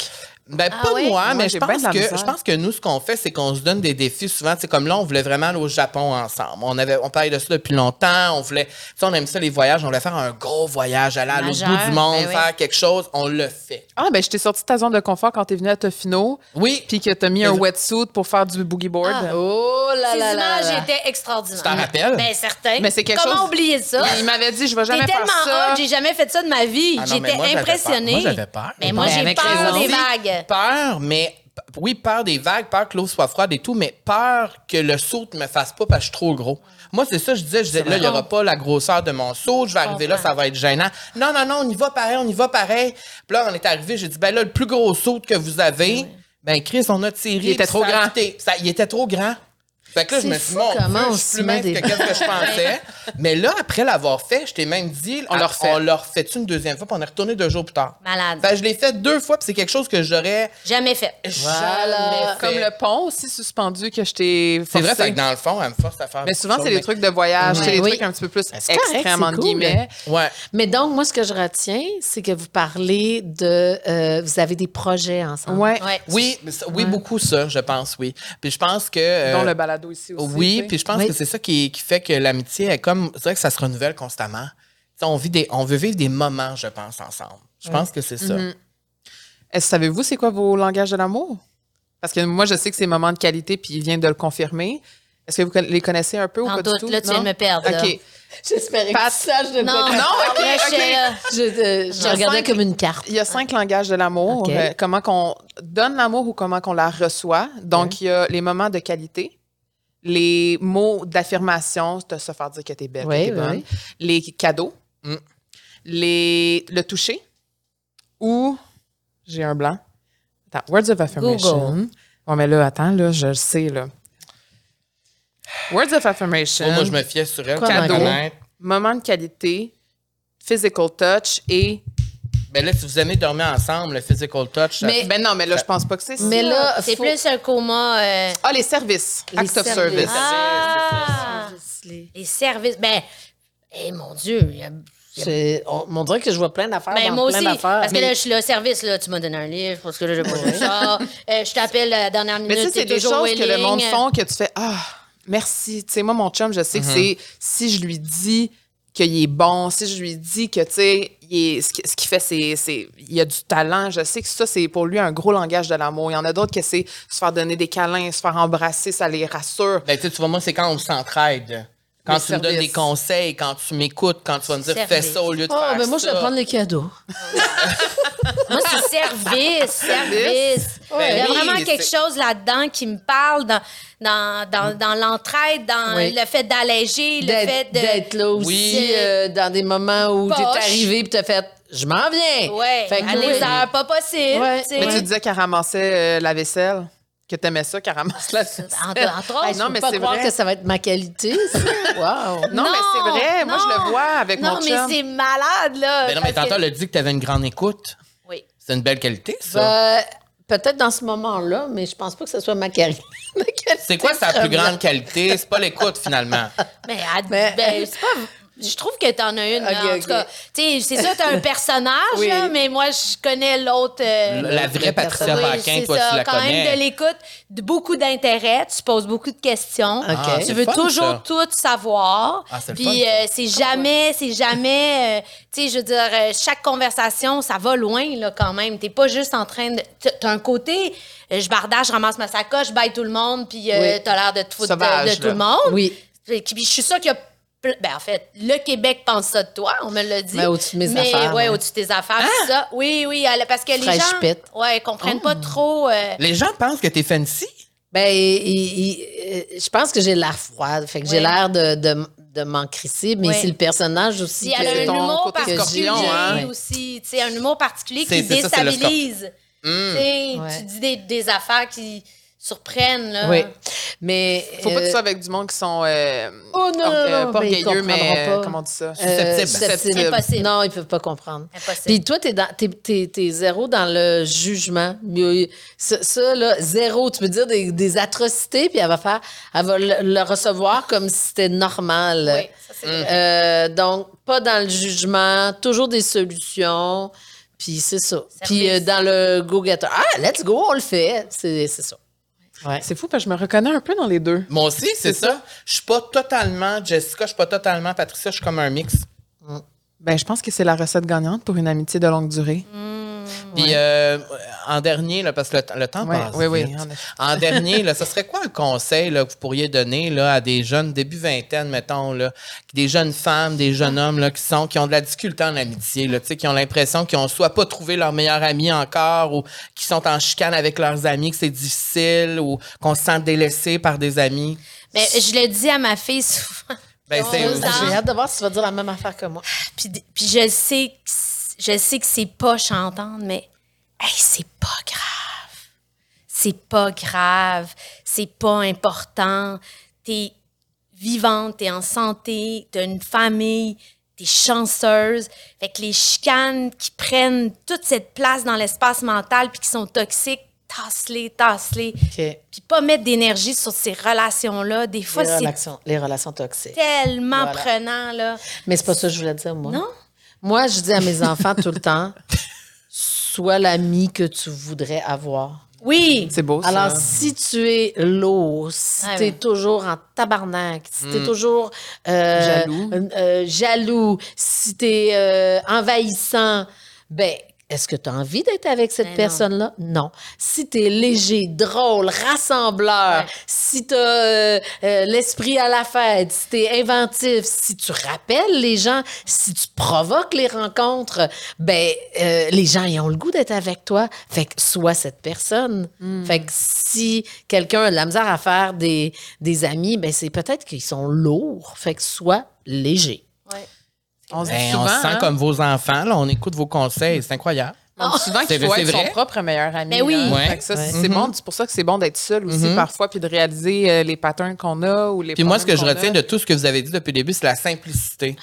ben,
Ah
pas
ouais?
moi, mais
Moi,
je
j'ai bien
pense,
de la
que,
misère.
je pense que nous, ce qu'on fait, c'est qu'on se donne des défis souvent. Tu sais, comme là, on voulait vraiment aller au Japon ensemble. On, avait, on parlait de ça depuis longtemps. On voulait, tu sais, on aime ça, les voyages. On voulait faire un gros voyage, aller à l'autre
Majeur,
bout du monde,
ben oui.
faire quelque chose. On le fait.
Ah, ben, je t'ai sorti de ta zone de confort quand t'es venu à Tofino,
Oui,
puis que t'as mis un
Mais-
wetsuit pour faire du boogie board.
Ah,
Oh là
Ces
là là.
images
là.
étaient extraordinaires.
Tu t'en rappelles?
Bien, certain.
Mais c'est quelque
Comment
chose-
oublier ça?
Il m'avait dit, je vais
T'es
jamais faire
tellement
ça.
hot, j'ai jamais fait ça de ma vie.
Ah non, mais
J'étais
moi, j'avais peur.
impressionnée.
Moi, j'avais peur.
Mais moi,
Ben,
j'ai
avec
peur
raison.
des
Aussi,
vagues.
Peur, mais p- oui, peur des vagues, peur que l'eau soit froide et tout, mais peur que le saut ne me fasse pas parce que je suis trop gros. Moi, c'est ça, je disais, je disais, là, il n'y aura pas la grosseur de mon saut, je vais arriver là,
comprends.
ça va être gênant. Non, non, non, on y va pareil, on y va pareil. Puis là, on est arrivé, j'ai dit, ben là, le plus gros saut que vous avez, ben Chris, on a tiré.
Il était
puis
trop
ça a
grand.
fité. Ça- il était trop grand. Fait que là, je
C'est
me suis dit,
fou
mon
comment
Dieu,
on
je suis
se
plus
met
mince
des-
que qu'est-ce que je pensais. Mais là, après l'avoir fait, je t'ai même dit,
On le
ah,
refait.
on le refait une deuxième fois, puis on est retourné deux jours plus tard.
Malade.
Ben,
Fait que je l'ai fait deux fois, puis c'est quelque chose que j'aurais
Jamais fait.
jamais fait.
Comme le pont aussi suspendu que je t'ai
C'est vrai,
forcé.
fait que dans le fond, elle me force à faire.
Mais souvent, c'est
des
des trucs de voyage, c'est des
Oui.
trucs un petit peu plus
c'est correct,
extrêmes,
c'est
entre
cool.
guillemets.
Ouais.
Mais donc, moi, ce que je retiens, c'est que vous parlez de. euh, vous avez des projets ensemble.
Ouais.
Ouais.
Oui, mais ça- oui, beaucoup ça, je pense, oui. Puis je pense que. euh,
Dont le balado ici aussi.
oui,
tu sais.
puis je pense
Oui.
que c'est ça qui, qui fait que l'amitié est comme. C'est vrai que ça se renouvelle constamment. Tu sais, On, vit des, on veut vivre des moments, je pense, ensemble. Je pense que c'est ça.
Mm-hmm. Est-ce que savez-vous c'est quoi vos langages de l'amour? Parce que moi, je sais que c'est moments de qualité, puis il vient de le confirmer. Est-ce que vous conna- les connaissez un peu ou
En
pas du
doute,
tout?
là, tu
Non?
viens de me perdre. là.
OK.
J'espérais que
Pat-
tu saches de
Non,
quoi.
non,
ok, ok.
Je, euh, je te
Non.
regardais
Cinq-
comme une carte.
Il y a cinq langages de l'amour.
OK.
Euh, comment qu'on donne l'amour ou comment qu'on la reçoit. Donc, il y a les moments de qualité, les mots d'affirmation, de se faire dire que t'es belle,
Oui,
que t'es
oui,
bonne,
oui.
les cadeaux,
Mm.
les, le toucher ou j'ai un blanc. Attends, words of affirmation.
Google.
Ouais, mais là, attends, là, je le sais, là. Words of affirmation,
Oh, Moi, moi, je me fiais sur elle.
Quoi,
pour la
Margot?
connaître.
moment de qualité, physical touch et
Mais Ben là, si vous aimez dormir ensemble, le physical touch, ça-
ben non, mais là, je pense pas que c'est ça.
Mais là,
C'est
faut-
plus un coma. euh,
Ah, les services.
Les
Act of
services.
service.
Ah.
Ah! Les services. Ben, eh mon Dieu. il y a-
C'est- on, on dirait que je vois plein
Ah,
d'affaires.
Ben,
dans
moi
plein
aussi.
d'affaires.
Parce que là,
Mais-
je suis là, service, là, tu m'as donné un livre, parce que là, j'ai pas trouvé ça. Euh, je t'appelle la dernière minute.
Mais ça,
t'es
c'est des choses
toujours
que le
willing.
monde font que tu fais Ah, merci. Tu sais, moi, mon chum, je sais que c'est si je lui dis qu'il est bon, si je lui dis que, tu sais, il est- ce qui- ce qu'il fait, c'est, c'est- Il a du talent. Je sais que ça, c'est pour lui un gros langage de l'amour. Il y en a d'autres que c'est se faire donner des câlins, se faire embrasser, ça les rassure.
Ben, tu sais, tu vois, moi, c'est quand on s'entraide. Quand
Les
tu me donnes des
services.
conseils, quand tu m'écoutes, quand tu vas me dire fais
Service. Ah, ben,
ça au lieu de
Oh,
faire
mais moi, je
ça.
vais prendre les cadeaux.
Moi, c'est service, service.
Ben
Il y a
oui,
vraiment
mais
quelque
c'est-
chose là-dedans qui me parle dans, dans, dans, dans l'entraide, dans
Oui.
le fait d'alléger, le fait
D'être
de...
d'être là aussi
Oui.
euh, dans des moments où t'es
Poche.
arrivé puis t'as fait « Je m'en viens!
Ouais,
Fait que
à
oui.
des heures pas possible.
Ouais.
tu sais.
Mais tu disais qu'elle ramassait euh, la vaisselle, que t'aimais ça, qu'elle ramasse la vaisselle.
Entre, entre autres.
Hey,
Non,
je peux
mais
pas
c'est
croire
vrai.
que ça va être ma qualité, ça. Wow!
Non, mais c'est vrai. Moi, je le vois avec
non,
mon
Non,
chum.
mais c'est malade, là.
Ben non, mais
parce que-
tantôt, elle a dit que tu avais une grande écoute.
Oui.
C'est une belle qualité,
Bah,
ça.
Euh, Peut-être dans ce moment-là, mais je pense pas que ce soit ma qualité.
c'est quoi sa plus grande qualité? C'est pas l'écoute, finalement.
Mais, à-
Mais-
ben, c'est pas... Je trouve que t'en as une, là,
Ok,
en
ok.
tout cas. Tu sais, c'est ça, t'as un personnage,
Oui.
là, mais moi, je connais l'autre... euh,
La vraie Patricia
Oui,
Paquin,
c'est
toi,
ça,
tu la
quand même de
connais.
l'écoute, de beaucoup d'intérêt, tu poses beaucoup de questions.
Ok.
Ah,
Tu
c'est
veux
le fun,
toujours
ça.
tout savoir.
Ah, c'est le
Puis
fun,
euh, c'est jamais, c'est jamais, euh, tu sais, je veux dire, euh, chaque conversation, ça va loin, là, quand même. T'es pas juste en train de. t'as- T'as un côté, euh, je bardage, je ramasse ma sacoche, je baille tout le monde, puis euh,
Oui.
t'as l'air de te foutre de- de,
Sauvage,
tout le
là.
monde.
Oui.
Puis puis je suis sûre qu'il y a. ple- Ben, en fait, le Québec pense ça de toi, on me l'a dit.
Mais ben, au-dessus de mes
Mais,
affaires,
Ouais,
ouais. Hein?
au-dessus de tes affaires, tout ça. Oui, oui, elle- parce que les
Fraîche
gens.
pète. Oh.
Ouais, ils comprennent pas trop. euh,
Les gens pensent que t'es fancy.
Ben, il- il- euh, je pense que j'ai l'air froide. Fait que j'ai
Ouais.
l'air de, de, de m'en crisser, mais
Ouais.
c'est le personnage aussi.
Puis elle
que-
c'est
a
ton
un humour
côté
particulier
scorpion, hein.
aussi, tu sais, un humour particulier qui
C'est- c'est ça, c'est le
déstabilise. Tu
Hmm.
sais,
Ouais.
Tu dis des, des affaires qui surprennent. Là.
Oui. Euh, Mais.
Faut pas que
euh,
tu sois avec du monde qui sont euh,
Oh, non,
or- euh,
non,
pas
mais ils
orgueilleux, mais
comprendront pas.
comment on dit ça?
euh,
Susceptible.
susceptible.
Impossible.
Non, ils peuvent pas comprendre. Puis
Impossible.
toi, t'es, dans, t'es, t'es- t'es zéro dans le jugement. Mais Ça, ça, là, zéro. Tu peux dire des, des atrocités, puis elle va faire, elle va le, le recevoir comme si c'était normal.
Oui, ça, c'est vrai.
Euh, donc, pas dans le jugement, toujours des solutions. Puis c'est ça. Puis euh, dans le go-getter. Ah, let's go, on le fait. C'est c'est ça. Ouais.
C'est fou parce que je me reconnais un peu dans les deux.
Moi aussi, c'est ça. Je suis pas totalement Jessica, je suis pas totalement Patricia, je suis comme un mix.
Ben, je pense que c'est la recette gagnante pour une amitié de longue durée.
Mm.
Puis euh, en dernier, là, parce que le, t- le temps
Ouais,
passe.
oui, oui,
vite.
en effet.
En dernier, là, ce serait quoi un conseil là, que vous pourriez donner là, à des jeunes, début vingtaine, mettons, là, des jeunes femmes, des jeunes hommes là, qui, sont, qui ont de la difficulté en amitié, là, tu sais, qui ont l'impression qu'ils n'ont soit pas trouvé leur meilleur ami encore ou qui sont en chicane avec leurs amis, que c'est difficile ou qu'on se sent délaissé par des amis?
Mais je le dis à ma fille souvent.
Ben,
On
c'est
vous
Ah, J'ai
en-
hâte de voir si tu vas dire la même affaire que moi.
Puis, puis je sais que c'est- je sais que c'est pas chantante, mais hey, c'est pas grave. C'est pas grave. C'est pas important. T'es vivante, t'es en santé, t'as une famille, t'es chanceuse. Fait que les chicanes qui prennent toute cette place dans l'espace mental puis qui sont toxiques, tasse-les, tasse-les.
OK.
Puis pas mettre d'énergie sur ces relations-là. Des fois,
Les
c'est
relations, les relations toxiques.
tellement
Voilà.
prenant, là.
Mais c'est pas ça que je voulais dire, moi.
Non?
Moi, je dis à mes enfants tout le temps, sois l'ami que tu voudrais avoir.
Oui!
C'est beau, ça.
Alors, si tu es lourd, si
Ah
tu es
oui.
toujours en tabarnak, si tu es toujours euh,
Jaloux.
euh, euh, jaloux, si tu es envahissant, ben, est-ce que tu as envie d'être avec cette
Ben non.
personne-là? Non. Si tu es léger, drôle, rassembleur,
Ouais.
si tu as l'esprit à la fête, si tu es inventif, si tu rappelles les gens, si tu provoques les rencontres, ben, euh, les gens, ils ont le goût d'être avec toi. Fait que sois cette personne.
Hmm.
Fait que si quelqu'un a de la misère à faire des, des amis, ben, c'est peut-être qu'ils sont lourds. Fait que sois léger.
Ouais.
on se dit
Ben,
souvent,
on se sent
hein,
comme vos enfants, là, on écoute vos conseils, c'est incroyable.
on dit souvent
C'est-
qu'il faut
c'est
être son
vrai.
propre meilleur ami.
Ben oui.
là.
Ouais.
Fait que ça,
Ouais.
c'est bon. C'est pour ça que c'est bon d'être seul aussi parfois, puis de réaliser euh, les patterns qu'on a ou les.
Puis moi, ce que je
problèmes qu'on
retiens
a.
de tout ce que vous avez dit depuis le début, c'est la simplicité.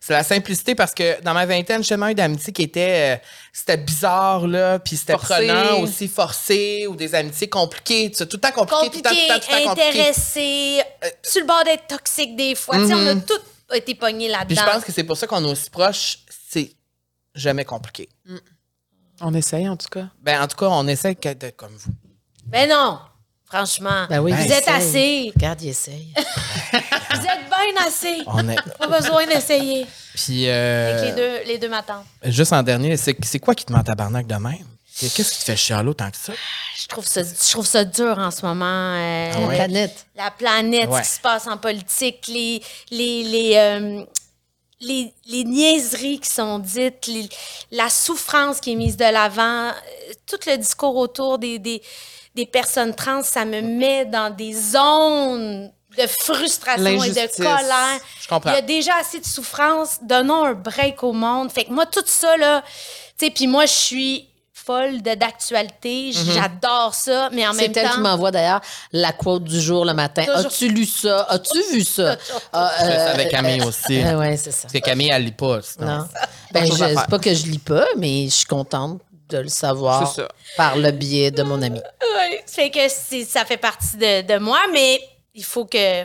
C'est la simplicité parce que dans ma vingtaine, j'ai tellement eu d'amitiés qui étaient... euh, c'était bizarre, là, puis c'était
Forcé.
prenant aussi, forcé, ou des amitiés compliquées, tu sais, tout le temps compliqué, tout le temps, tout
compliqué,
le temps, tout le temps compliqué. Mm-hmm.
intéressé, sur le bord d'être toxique des fois. Tu sais, on a tous été
Puis
pognés
je
là-dedans.
pense que c'est pour ça qu'on est aussi proches, c'est jamais compliqué.
On essaye en tout cas.
Ben, en tout cas, on essaie que- d'être comme vous.
Mais non, franchement,
Ben oui,
vous
il
êtes
essaye.
assez.
Regarde, il essaye.
Vous êtes bien assez.
On est...
Pas besoin d'essayer
Puis, euh,
avec les deux, les deux matins.
juste en dernier, c'est c'est quoi qui te met en tabarnak de même? Qu'est-ce qui te fait chialer autant que ça?
je trouve ça, je trouve ça dur en ce moment. euh,
Ah
La
ouais.
planète.
La planète,
Ouais.
ce qui se passe en politique, les, les, les, euh, les, les niaiseries qui sont dites, les- la souffrance qui est mise de l'avant, euh, tout le discours autour des, des, des personnes trans, ça me met dans des zones de frustration et de
L'injustice.
colère.
Je comprends.
Il y a déjà assez de souffrance. Donnons un break au monde. Fait que moi, tout ça, là, tu sais, puis moi, je suis folle de- d'actualité. J'adore ça, mais en
C'est
même
elle qui
temps.
m'envoie d'ailleurs la quote du jour le matin.
Toujours.
As-tu lu ça? As-tu vu ça?
Toujours.
Ah,
Je fais
euh,
ça avec Camille aussi.
euh, ouais, c'est ça.
Parce que Camille, elle lit pas. sinon.
Non. Ben, je,
chose à
c'est
faire.
pas que je lis pas, mais je suis contente de le savoir
C'est ça.
par le biais de mon ami.
Ouais. Fait que c'est- ça fait partie de, de moi, mais il faut que,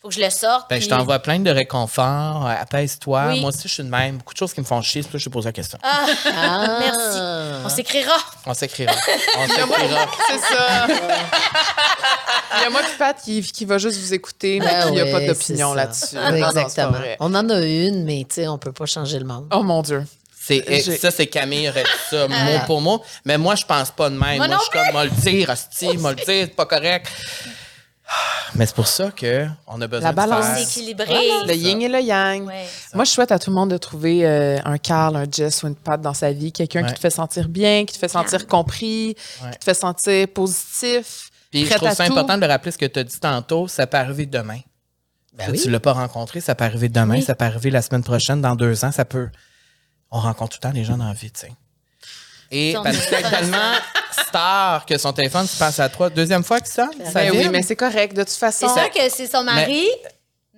faut que je le sorte.
Ben, je
puis-
t'envoie plein de réconfort. euh, Apaise-toi.
Oui.
Moi aussi, je suis de même. Beaucoup de choses qui me font chier. C'est pour ça que je te pose la question.
Ah,
Ah.
Merci. On s'écrira.
On s'écrira. On s'écrira.
C'est ça. Il y a moi puis Pat qui, qui va juste vous écouter, mais
Ah
qui n'a
ouais,
pas d'opinion
c'est ça.
là-dessus. Non, non, c'est pas
Exactement.
vrai.
on en a une, mais tu sais, on peut pas changer le monde.
Oh mon Dieu.
C'est, eh,
J'ai-
ça, c'est Camille aurait dit ça mot pour mot. Mais moi, je pense pas de même. Moi,
Moi non
je suis comme, moi le dire, hostie, moi le dire, c'est pas correct. Ah, Mais c'est pour ça qu'on a besoin
La balance.
de
C'est
faire-
équilibré.
Le yin et le yang.
Ouais.
Moi, je souhaite à tout le monde de trouver euh, un Carl, un Jess ou une Pat dans sa vie. Quelqu'un
Ouais.
qui te fait sentir bien, qui te fait sentir compris,
Ouais.
qui te fait sentir positif.
Puis je
prête
trouve
à
ça
tout.
important de rappeler ce que tu as dit tantôt, ça peut arriver demain.
Ben
Si Tu l'as pas rencontré, ça peut arriver demain, ça peut arriver la semaine prochaine, dans deux ans, ça peut. On rencontre tout le temps les gens dans la vie, tu sais. Et
Son
parce que
téléphone
tellement star que son téléphone se passe à trois. Deuxième fois qu'il sonne, ça
Ben oui,
vibre.
mais c'est correct. De toute façon.
C'est sûr que c'est son mari.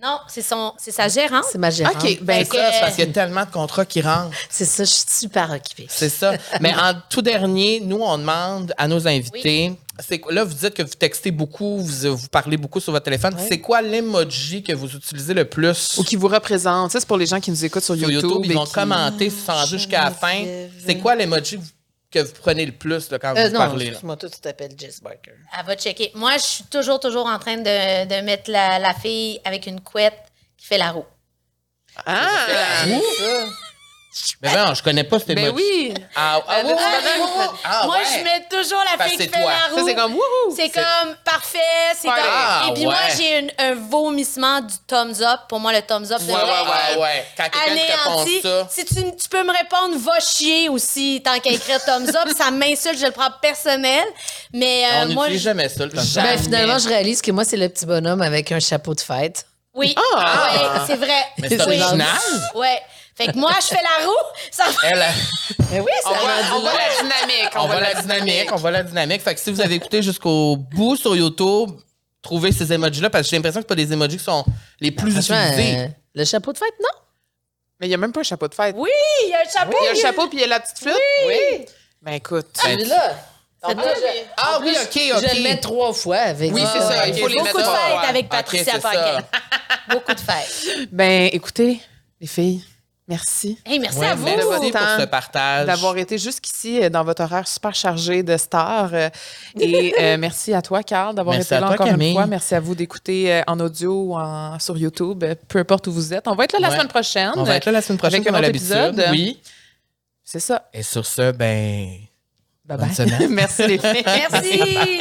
Non, c'est son, c'est sa gérante.
C'est ma gérante.
OK, ben
C'est ça,
que-
c'est parce qu'il y a tellement de contrats qui rentrent.
C'est ça, je suis super occupée.
C'est ça. Mais en tout dernier, nous, on demande à nos invités, c'est quoi- là, vous dites que vous textez beaucoup, vous, vous parlez beaucoup sur votre téléphone. C'est quoi l'emoji que vous utilisez le plus
ou qui vous représente. Ça, c'est pour les gens qui nous écoutent sur,
sur YouTube?
et
ils vont
qui-
commenter sans doute jusqu'à la fin. C'est quoi l'emoji que vous- que vous prenez le plus là, quand
Euh,
vous
non,
parlez? là?
excuse-moi, toi, tu t'appelles Jess Barker.
Elle va checker. Moi, je suis toujours, toujours en train de, de mettre la, la fille avec une couette qui fait la roue.
Ah!
Mais non, je connais pas cet emoji.
Ben oui!
Ah, ah, oui, oui,
Ah,
oui, oui. Ah,
moi,
ouais.
je mets toujours la
Parce
fille
que
qui
c'est
fait
toi.
la roue.
Ça, c'est comme wouhou!
C'est comme parfait, c'est comme.
Ah,
Et puis moi,
ouais.
j'ai une- un vomissement du thumbs up. Pour moi, le thumbs up, c'est
Ouais, ouais, ouais,
vraiment
ouais. Quand quelqu'un te
anéanti.
pense ça.
Si tu, tu peux me répondre, va chier aussi, tant qu'à écrire thumbs up, ça m'insulte, je le prends personnel. Mais euh,
On
moi,
n'utilise
je-
jamais ça, le thumbs up.
Ben, finalement, je réalise que moi, c'est le petit bonhomme avec un chapeau de fête.
oui,
Ah!
ouais, c'est vrai.
Mais c'est
Oui.
original.
Ouais. Fait que moi, je fais la roue. Ça...
Elle,
Ben
Mais oui,
On voit- on voit la
dynamique.
on voit la dynamique, on voit la dynamique. Fait que si vous avez écouté jusqu'au bout sur YouTube, trouvez ces emojis-là parce que j'ai l'impression que c'est pas les emojis qui sont les plus utilisés.
euh, le chapeau de fête, non?
Mais il n'y a même pas un chapeau de fête.
Oui, il y a le chapeau.
Il y a un chapeau puis il y a la petite flûte.
Oui.
Ben écoute.
Ben,
Celui-là. En
Ah,
plus,
oui.
je-
Ah
en
oui,
plus,
ok, ok.
Je le mets trois fois avec
Oui, c'est
Ah,
ça.
ouais.
ok,
Faut
les
beaucoup
mettre
de
trois,
fêtes
ouais.
avec
Ok,
Patricia
c'est ça.
Paquin. Beaucoup de fêtes.
Ben écoutez, les filles, merci
Hey, merci
Ouais,
à vous.
merci
Votre
pour
temps.
ce partage.
d'avoir été jusqu'ici euh, dans votre horaire super chargé de stars. euh, Et euh, merci à toi, Carl, d'avoir
Merci
été
à
là
toi,
encore
Camille.
une fois. Merci à vous d'écouter euh, en audio ou en- sur YouTube, euh, peu importe où vous êtes. On va être là la
Ouais.
semaine prochaine.
On va être là la semaine prochaine
Ben, Avec un
comme à
autre
l'habitude.
épisode.
Oui.
C'est ça.
Et sur ce, ben.
Bye
Bonne
bye.
semaine.
merci les filles.
Merci.